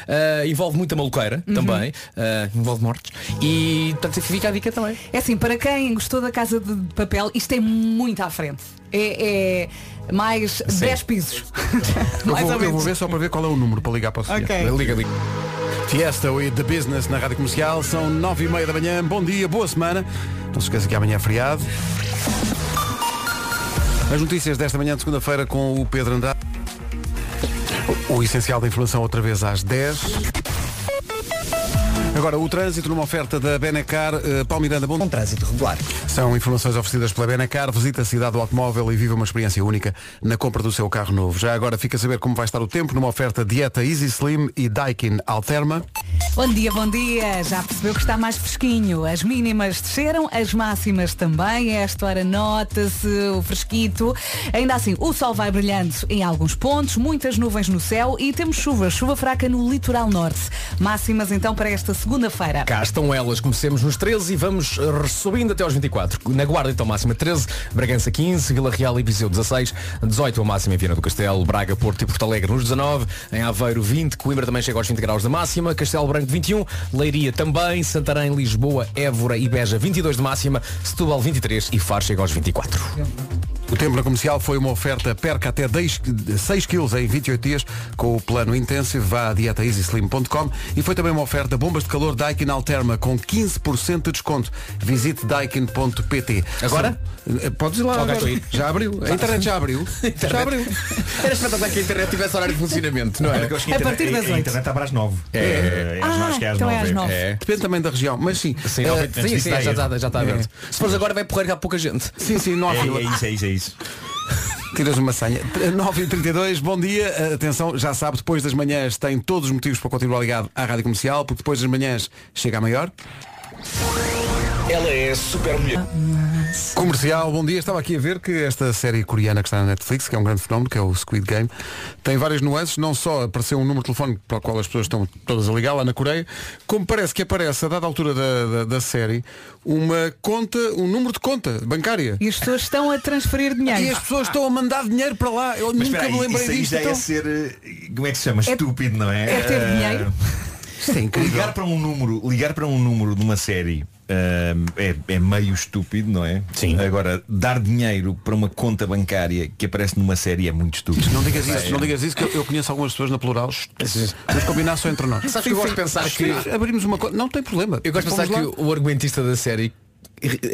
Speaker 10: ah, envolve muita maluqueira também ah, envolve mortes e portanto fica a dica também
Speaker 3: É assim, para quem gostou da Casa de Papel, isto é muito à frente. É, é mais 10 pisos.
Speaker 1: Eu
Speaker 3: mais
Speaker 1: vou,
Speaker 3: ou
Speaker 1: eu vou
Speaker 3: menos.
Speaker 1: ver só para ver qual é o número para ligar para o senhor.
Speaker 3: Ok.
Speaker 10: Liga, liga.
Speaker 1: Fiesta e The Business na Rádio Comercial, são nove e meia da manhã, bom dia, boa semana. Não se esqueça que amanhã é feriado. As notícias desta manhã de segunda-feira com o Pedro Andrade. O essencial da informação outra vez às 10. Agora, o trânsito numa oferta da Benacar, eh, Paulo Miranda, bom... Um
Speaker 2: trânsito regular.
Speaker 1: São informações oferecidas pela Benacar. Visita a cidade do automóvel e viva uma experiência única na compra do seu carro novo. Já agora fica a saber como vai estar o tempo numa oferta Dieta Easy Slim e Daikin Alterma.
Speaker 3: Bom dia, bom dia. Já percebeu que está mais fresquinho. As mínimas desceram, as máximas também. A Esta hora nota-se o fresquito. Ainda assim, o sol vai brilhando em alguns pontos, muitas nuvens no céu e temos chuva, chuva fraca no litoral norte. Máximas então para esta segunda. segunda-feira.
Speaker 10: Cá estão elas, comecemos nos 13 e vamos eh, subindo até aos 24. Na Guarda então máxima 13, Bragança 15, Vila Real e Viseu 16, 18 a máxima em Viana do Castelo, Braga, Porto e Porto Alegre nos 19, em Aveiro 20, Coimbra também chega aos 20 graus da máxima, Castelo Branco 21, Leiria também, Santarém, Lisboa, Évora e Beja 22 de máxima, Setúbal 23 e Faro chega aos 24.
Speaker 1: O tempo na comercial foi uma oferta perca até 10, 6 quilos em 28 dias com o plano Intensive. Vá a dietaeasyslim.com e foi também uma oferta bombas de calor Daikin Alterma com 15% de desconto. Visite daikin.pt.
Speaker 10: Agora?
Speaker 1: Sim. Eh, Podes ir lá.
Speaker 10: Ok,
Speaker 1: agora.
Speaker 10: estou a ir.
Speaker 1: Já abriu. A internet já abriu. Já abriu.
Speaker 10: Era espetacular que a internet tivesse horário de funcionamento, não é?
Speaker 4: Porque eu acho que internet- A internet abre às 9.
Speaker 10: É,
Speaker 4: é,
Speaker 10: Ah,
Speaker 4: acho que é às
Speaker 10: então é
Speaker 4: 9.
Speaker 10: às nove. É.
Speaker 1: Depende também da região, mas sim.
Speaker 10: Sim,
Speaker 1: Eh,
Speaker 10: não, sim, sim, já está, já está aberto. É. Se fores agora vai porrer que há pouca gente.
Speaker 1: Sim, sim, não há
Speaker 4: É,
Speaker 1: fila.
Speaker 4: é isso, é isso, é isso.
Speaker 1: Tiras uma sanha. 9h32, bom dia. Atenção, já sabe, depois das manhãs tem todos os motivos para continuar ligado à Rádio Comercial, porque depois das manhãs chega a maior.
Speaker 13: Ela é super mulher.
Speaker 1: Comercial, bom dia. Estava aqui a ver que esta série coreana que está na Netflix, que é um grande fenómeno, que é o Squid Game, tem várias nuances. Não só apareceu um número de telefone para o qual as pessoas estão todas a ligar lá na Coreia, como parece que aparece, a dada altura da, da, da série, uma conta, um número de conta bancária.
Speaker 3: E as pessoas estão a transferir dinheiro.
Speaker 1: E as pessoas estão a mandar dinheiro para lá. Eu
Speaker 4: Mas
Speaker 1: nunca
Speaker 4: espera aí,
Speaker 1: me lembrei
Speaker 4: isso aí
Speaker 1: disto.
Speaker 4: já é
Speaker 1: então.
Speaker 4: ser, eh, como é que se chama?
Speaker 1: É-
Speaker 4: Estúpido, não é?
Speaker 1: é ter
Speaker 4: Eh,
Speaker 1: dinheiro? Isto é incrível.
Speaker 4: Ligar para um número, ligar para um número de uma série eh, é, é meio estúpido, não é? Sim. Agora, dar dinheiro para uma conta bancária que aparece numa série é muito estúpido.
Speaker 1: Não digas isso,
Speaker 4: É.
Speaker 1: não digas isso, que eu, eu conheço algumas pessoas na plural. Mas combinar só entre nós.
Speaker 10: Sabes que eu gosto de pensar que-
Speaker 1: Abrimos uma conta. Não tem problema.
Speaker 10: Eu gosto de pensar
Speaker 1: Vamos lá.
Speaker 10: que o argumentista da série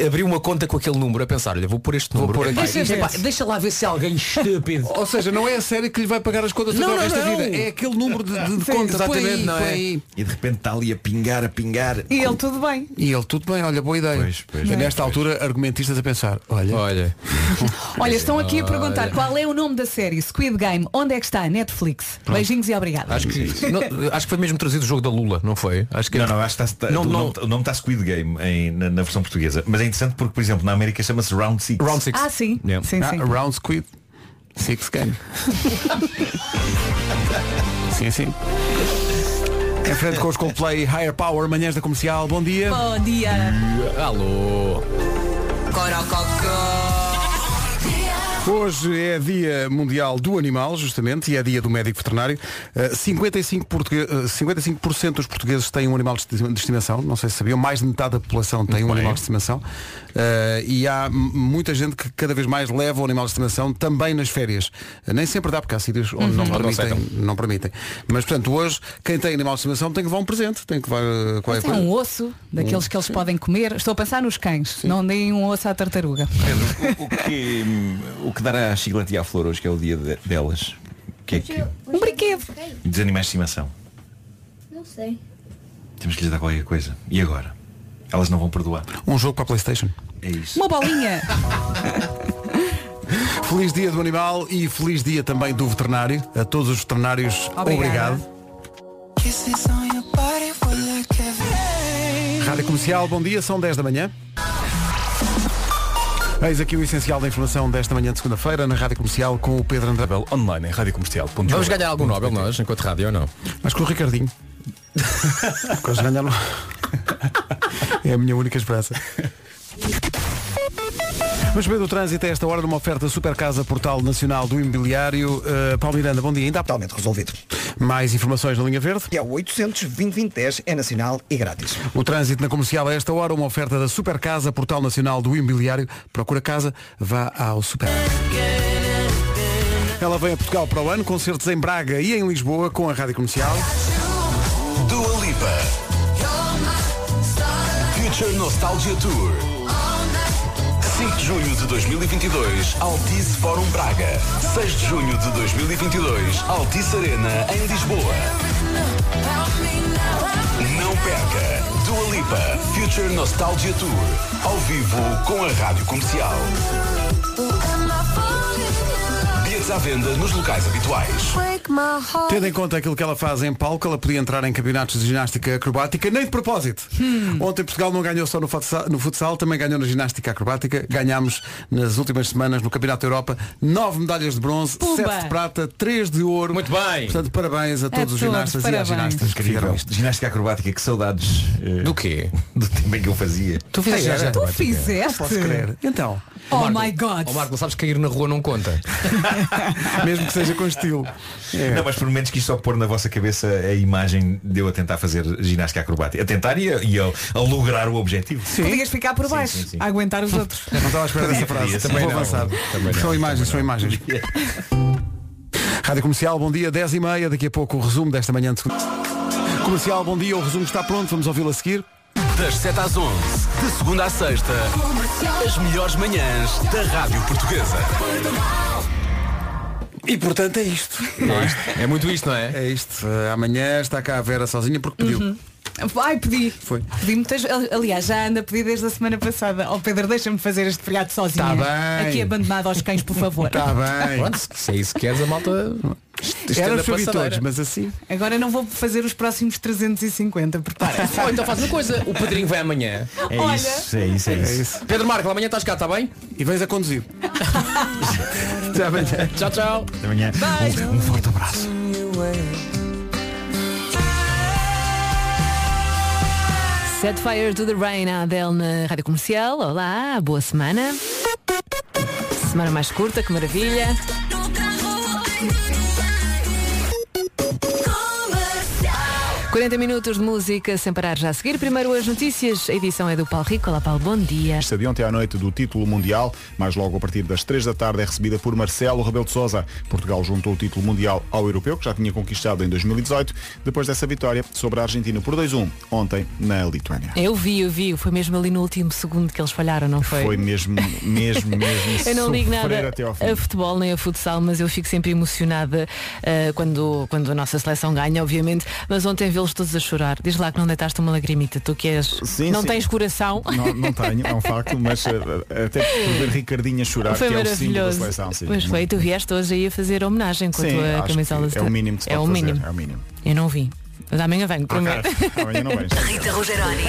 Speaker 10: abriu uma conta com aquele número a pensar, olha, vou pôr este número.
Speaker 1: pôr aqui.
Speaker 10: Epá,
Speaker 1: Deixa
Speaker 10: isto-
Speaker 3: é
Speaker 1: ver.
Speaker 10: epá, deixa lá ver se alguém estúpido.
Speaker 1: Ou seja, não é a série que lhe vai pagar as contas
Speaker 10: Não,
Speaker 1: toda
Speaker 10: não,
Speaker 1: a resta
Speaker 10: não.
Speaker 1: da vida. É aquele número de, de, de
Speaker 10: Sim,
Speaker 1: contas.
Speaker 10: exatamente,
Speaker 1: Põe aí,
Speaker 10: não é?
Speaker 1: põe aí.
Speaker 4: E de repente está ali a pingar, a pingar.
Speaker 3: E ele tudo bem.
Speaker 1: E ele, tudo bem, olha, boa ideia.
Speaker 4: pois,
Speaker 1: E nesta altura, argumentistas a pensar, olha.
Speaker 10: Olha.
Speaker 3: Olha, estão aqui a perguntar
Speaker 1: Olha.
Speaker 3: qual é o nome da série Squid Game. Onde é que está? Netflix. Beijinhos e obrigado.
Speaker 10: Acho que, não, acho que foi mesmo trazido o jogo da Lula, não foi? Acho que é
Speaker 4: Não, não, acho que está,
Speaker 10: Não,
Speaker 4: o,
Speaker 10: não.
Speaker 4: Nome, o nome está Squid Game em- na, na versão portuguesa. Mas é interessante porque, por exemplo, na América chama-se Round 6.
Speaker 10: Round Six.
Speaker 3: Ah, sim. Sim, sim.
Speaker 1: round Squid. Six Game. sim, sim. Em frente com os Coldplay Higher Power, manhãs da comercial. Bom dia.
Speaker 3: Bom dia.
Speaker 10: Alô.
Speaker 1: Hoje é Dia Mundial do Animal, justamente, e é Dia do Médico Veterinário. Eh, 55%, portugue- eh, 55 dos portugueses têm um animal de esti- de estimação, não sei se sabiam, mais de metade da população tem um
Speaker 4: bem.
Speaker 1: animal de estimação. Eh, e há m- muita gente que cada vez mais leva o animal de estimação também nas férias. Eh, nem sempre dá, porque há sítios onde não,
Speaker 10: Onde não
Speaker 1: permitem,
Speaker 10: aceitam.
Speaker 1: não permitem. Mas, portanto, hoje, quem tem animal de estimação tem que levar um presente, tem que levar eh, qualquer
Speaker 3: Tem
Speaker 1: coisa.
Speaker 3: um osso daqueles que eles podem comer. Estou a pensar nos cães. Não deem um osso à tartaruga.
Speaker 4: Pedro, o, o que, o que dará a chiclete e à flor hoje, que é o dia de- delas? O que é que...
Speaker 3: Um brinquedo.
Speaker 4: Dos animais de estimação.
Speaker 14: Não sei.
Speaker 4: Temos que lhes dar qualquer coisa. E agora? Elas não vão perdoar.
Speaker 1: Um jogo para a Playstation.
Speaker 4: É isso.
Speaker 3: Uma bolinha.
Speaker 1: Feliz dia do animal e feliz dia também do veterinário. A todos os veterinários,
Speaker 7: Obrigada.
Speaker 1: obrigado. Rádio Comercial, bom dia, são 10 da manhã. Eis aqui o essencial da informação desta manhã de segunda-feira na Rádio Comercial com o Pedro Andrade.
Speaker 15: Online em radiocomercial.com
Speaker 10: Vamos ganhar algum Nobel nós, enquanto rádio ou não?
Speaker 1: Mas com o Ricardinho. Com os ganhar não. É a minha única esperança. Vamos saber do trânsito a esta hora numa oferta Super Casa Portal Nacional do Imobiliário. Uh, Paulo Miranda, bom dia. Ainda há...
Speaker 2: Totalmente resolvido.
Speaker 1: Mais informações na linha verde?
Speaker 2: É o 800 é nacional e grátis.
Speaker 1: O trânsito na comercial a esta hora, uma oferta da Super Casa, Portal Nacional do Imobiliário. Procura casa, vá ao Super. Ela vem a Portugal para o ano, concertos em Braga e em Lisboa com a Rádio Comercial.
Speaker 9: Dua Lipa. Future Nostalgia Tour. 5 de junho de 2022, Altice Fórum Braga. 6 de junho de 2022, Altice Arena, em Lisboa. Não perca! Dua Lipa, Future Nostalgia Tour. Ao vivo com a Rádio Comercial. Bilhetes bilhetes à venda nos locais habituais.
Speaker 1: Tendo em conta aquilo que ela faz em palco, ela podia entrar em campeonatos de ginástica acrobática, nem de propósito. Ontem Portugal não ganhou só no futsal, no futsal, também ganhou na ginástica acrobática. Ganhámos nas últimas semanas no Campeonato da Europa nove medalhas de bronze,
Speaker 4: Pumba!
Speaker 1: sete de prata, três de ouro. Muito
Speaker 10: bem.
Speaker 1: Portanto, parabéns a todos os ginastas e às ginastas que
Speaker 4: Incrível.
Speaker 1: fizeram isto.
Speaker 4: Ginástica acrobática, que saudades. Do
Speaker 10: quê?
Speaker 4: Do tempo em que eu fazia.
Speaker 10: Tu fizeste
Speaker 4: Agora-
Speaker 10: ginástica
Speaker 3: Tu
Speaker 10: acrobática?
Speaker 3: fizeste?
Speaker 1: Posso crer. Então.
Speaker 3: Oh my God.
Speaker 10: Ó Marco, não sabes que cair na rua não conta.
Speaker 1: Mesmo que seja com estilo.
Speaker 4: Não, mas por menos quis só pôr na vossa cabeça a imagem de eu a tentar fazer ginástica acrobática. A tentar e a, e a, a lograr o objetivo.
Speaker 3: Podias ficar por baixo,
Speaker 4: sim, sim.
Speaker 3: a aguentar os outros.
Speaker 1: Não estava à espera dessa
Speaker 4: Podia,
Speaker 1: frase.
Speaker 4: sim.
Speaker 1: Também vou
Speaker 4: Também não.
Speaker 1: avançar.
Speaker 4: Também não.
Speaker 1: São imagens, são imagens. Rádio Comercial, bom dia, 10 e meia, daqui a pouco o resumo desta manhã de segunda. Comercial, bom dia, o resumo está pronto, vamos ouvi-lo a seguir.
Speaker 9: Das 7 às 11, de segunda à sexta, as melhores manhãs da Rádio Portuguesa.
Speaker 1: E portanto é isto.
Speaker 10: É, isto. É muito isto, não é?
Speaker 1: É isto. Eh, amanhã está cá a Vera sozinha porque pediu.
Speaker 3: Uhum. Ai, pedi.
Speaker 1: Foi.
Speaker 3: Pedi muitas. Aliás, já anda a pedir desde a semana passada. Ó Pedro, deixa-me fazer este feriado sozinho.
Speaker 10: Tá bem. Tá.
Speaker 3: Aqui abandonado aos cães, por favor.
Speaker 1: Está
Speaker 10: Pronto, se- se é isso que queres, a malta. estende
Speaker 1: Era
Speaker 10: a
Speaker 1: para
Speaker 10: passadeira.
Speaker 1: todos, mas assim.
Speaker 3: Agora não vou fazer os próximos 350, prepara-se.
Speaker 10: Ou então faz uma coisa, o Pedrinho vai amanhã.
Speaker 3: É Olha. isso,
Speaker 4: é isso, é isso.
Speaker 10: Pedro Marco, amanhã estás cá, está bem?
Speaker 1: E vens a conduzir. Até amanhã.
Speaker 10: Tchau, tchau.
Speaker 4: Até amanhã.
Speaker 10: Bye.
Speaker 4: Um, um forte abraço.
Speaker 6: Set Fire to the Rain, a Adele na Rádio Comercial. Olá, boa semana. Semana mais curta, que maravilha.
Speaker 15: Comercial.
Speaker 6: 40 minutos de música sem parar já a seguir. Primeiro as notícias. A edição é do Paulo Rico. Olá, Paulo, bom dia.
Speaker 17: Sabia é ontem à noite do título mundial, mas logo a partir das 3 da tarde é recebida por Marcelo Rebelo de Sousa. Portugal juntou o título mundial ao europeu, que já tinha conquistado em 2018, depois dessa vitória sobre a Argentina por 2-1, ontem na Lituânia.
Speaker 6: Eu vi, eu vi. Foi mesmo ali no último segundo que eles falharam, não foi?
Speaker 17: Foi mesmo, mesmo, mesmo
Speaker 6: Eu não ligo
Speaker 17: sofrer
Speaker 6: nada
Speaker 17: até ao fim.
Speaker 6: a futebol nem a futsal, mas eu fico sempre emocionada ah, quando, quando a nossa seleção ganha, obviamente. Mas ontem vê-los todos a chorar. Diz lá que não deitaste uma lagrimita, tu que és.
Speaker 17: Sim,
Speaker 6: não
Speaker 17: sim.
Speaker 6: tens coração.
Speaker 17: Não, não tenho, é um facto, mas eh, até por ver Ricardinha chorar,
Speaker 6: foi
Speaker 17: que é o símbolo da
Speaker 6: maravilhoso.
Speaker 17: seleção. Sim,
Speaker 6: pois foi, tu vieste hoje aí a fazer homenagem com
Speaker 17: Sim,
Speaker 6: a tua
Speaker 17: acho
Speaker 6: camisola.
Speaker 17: que é o mínimo que se pode
Speaker 6: o
Speaker 17: fazer,
Speaker 6: mínimo.
Speaker 17: é o mínimo.
Speaker 6: Eu não vi. Mas amanhã venho. prometo.
Speaker 17: Amanhã não vens.
Speaker 15: Rita Rogeroni.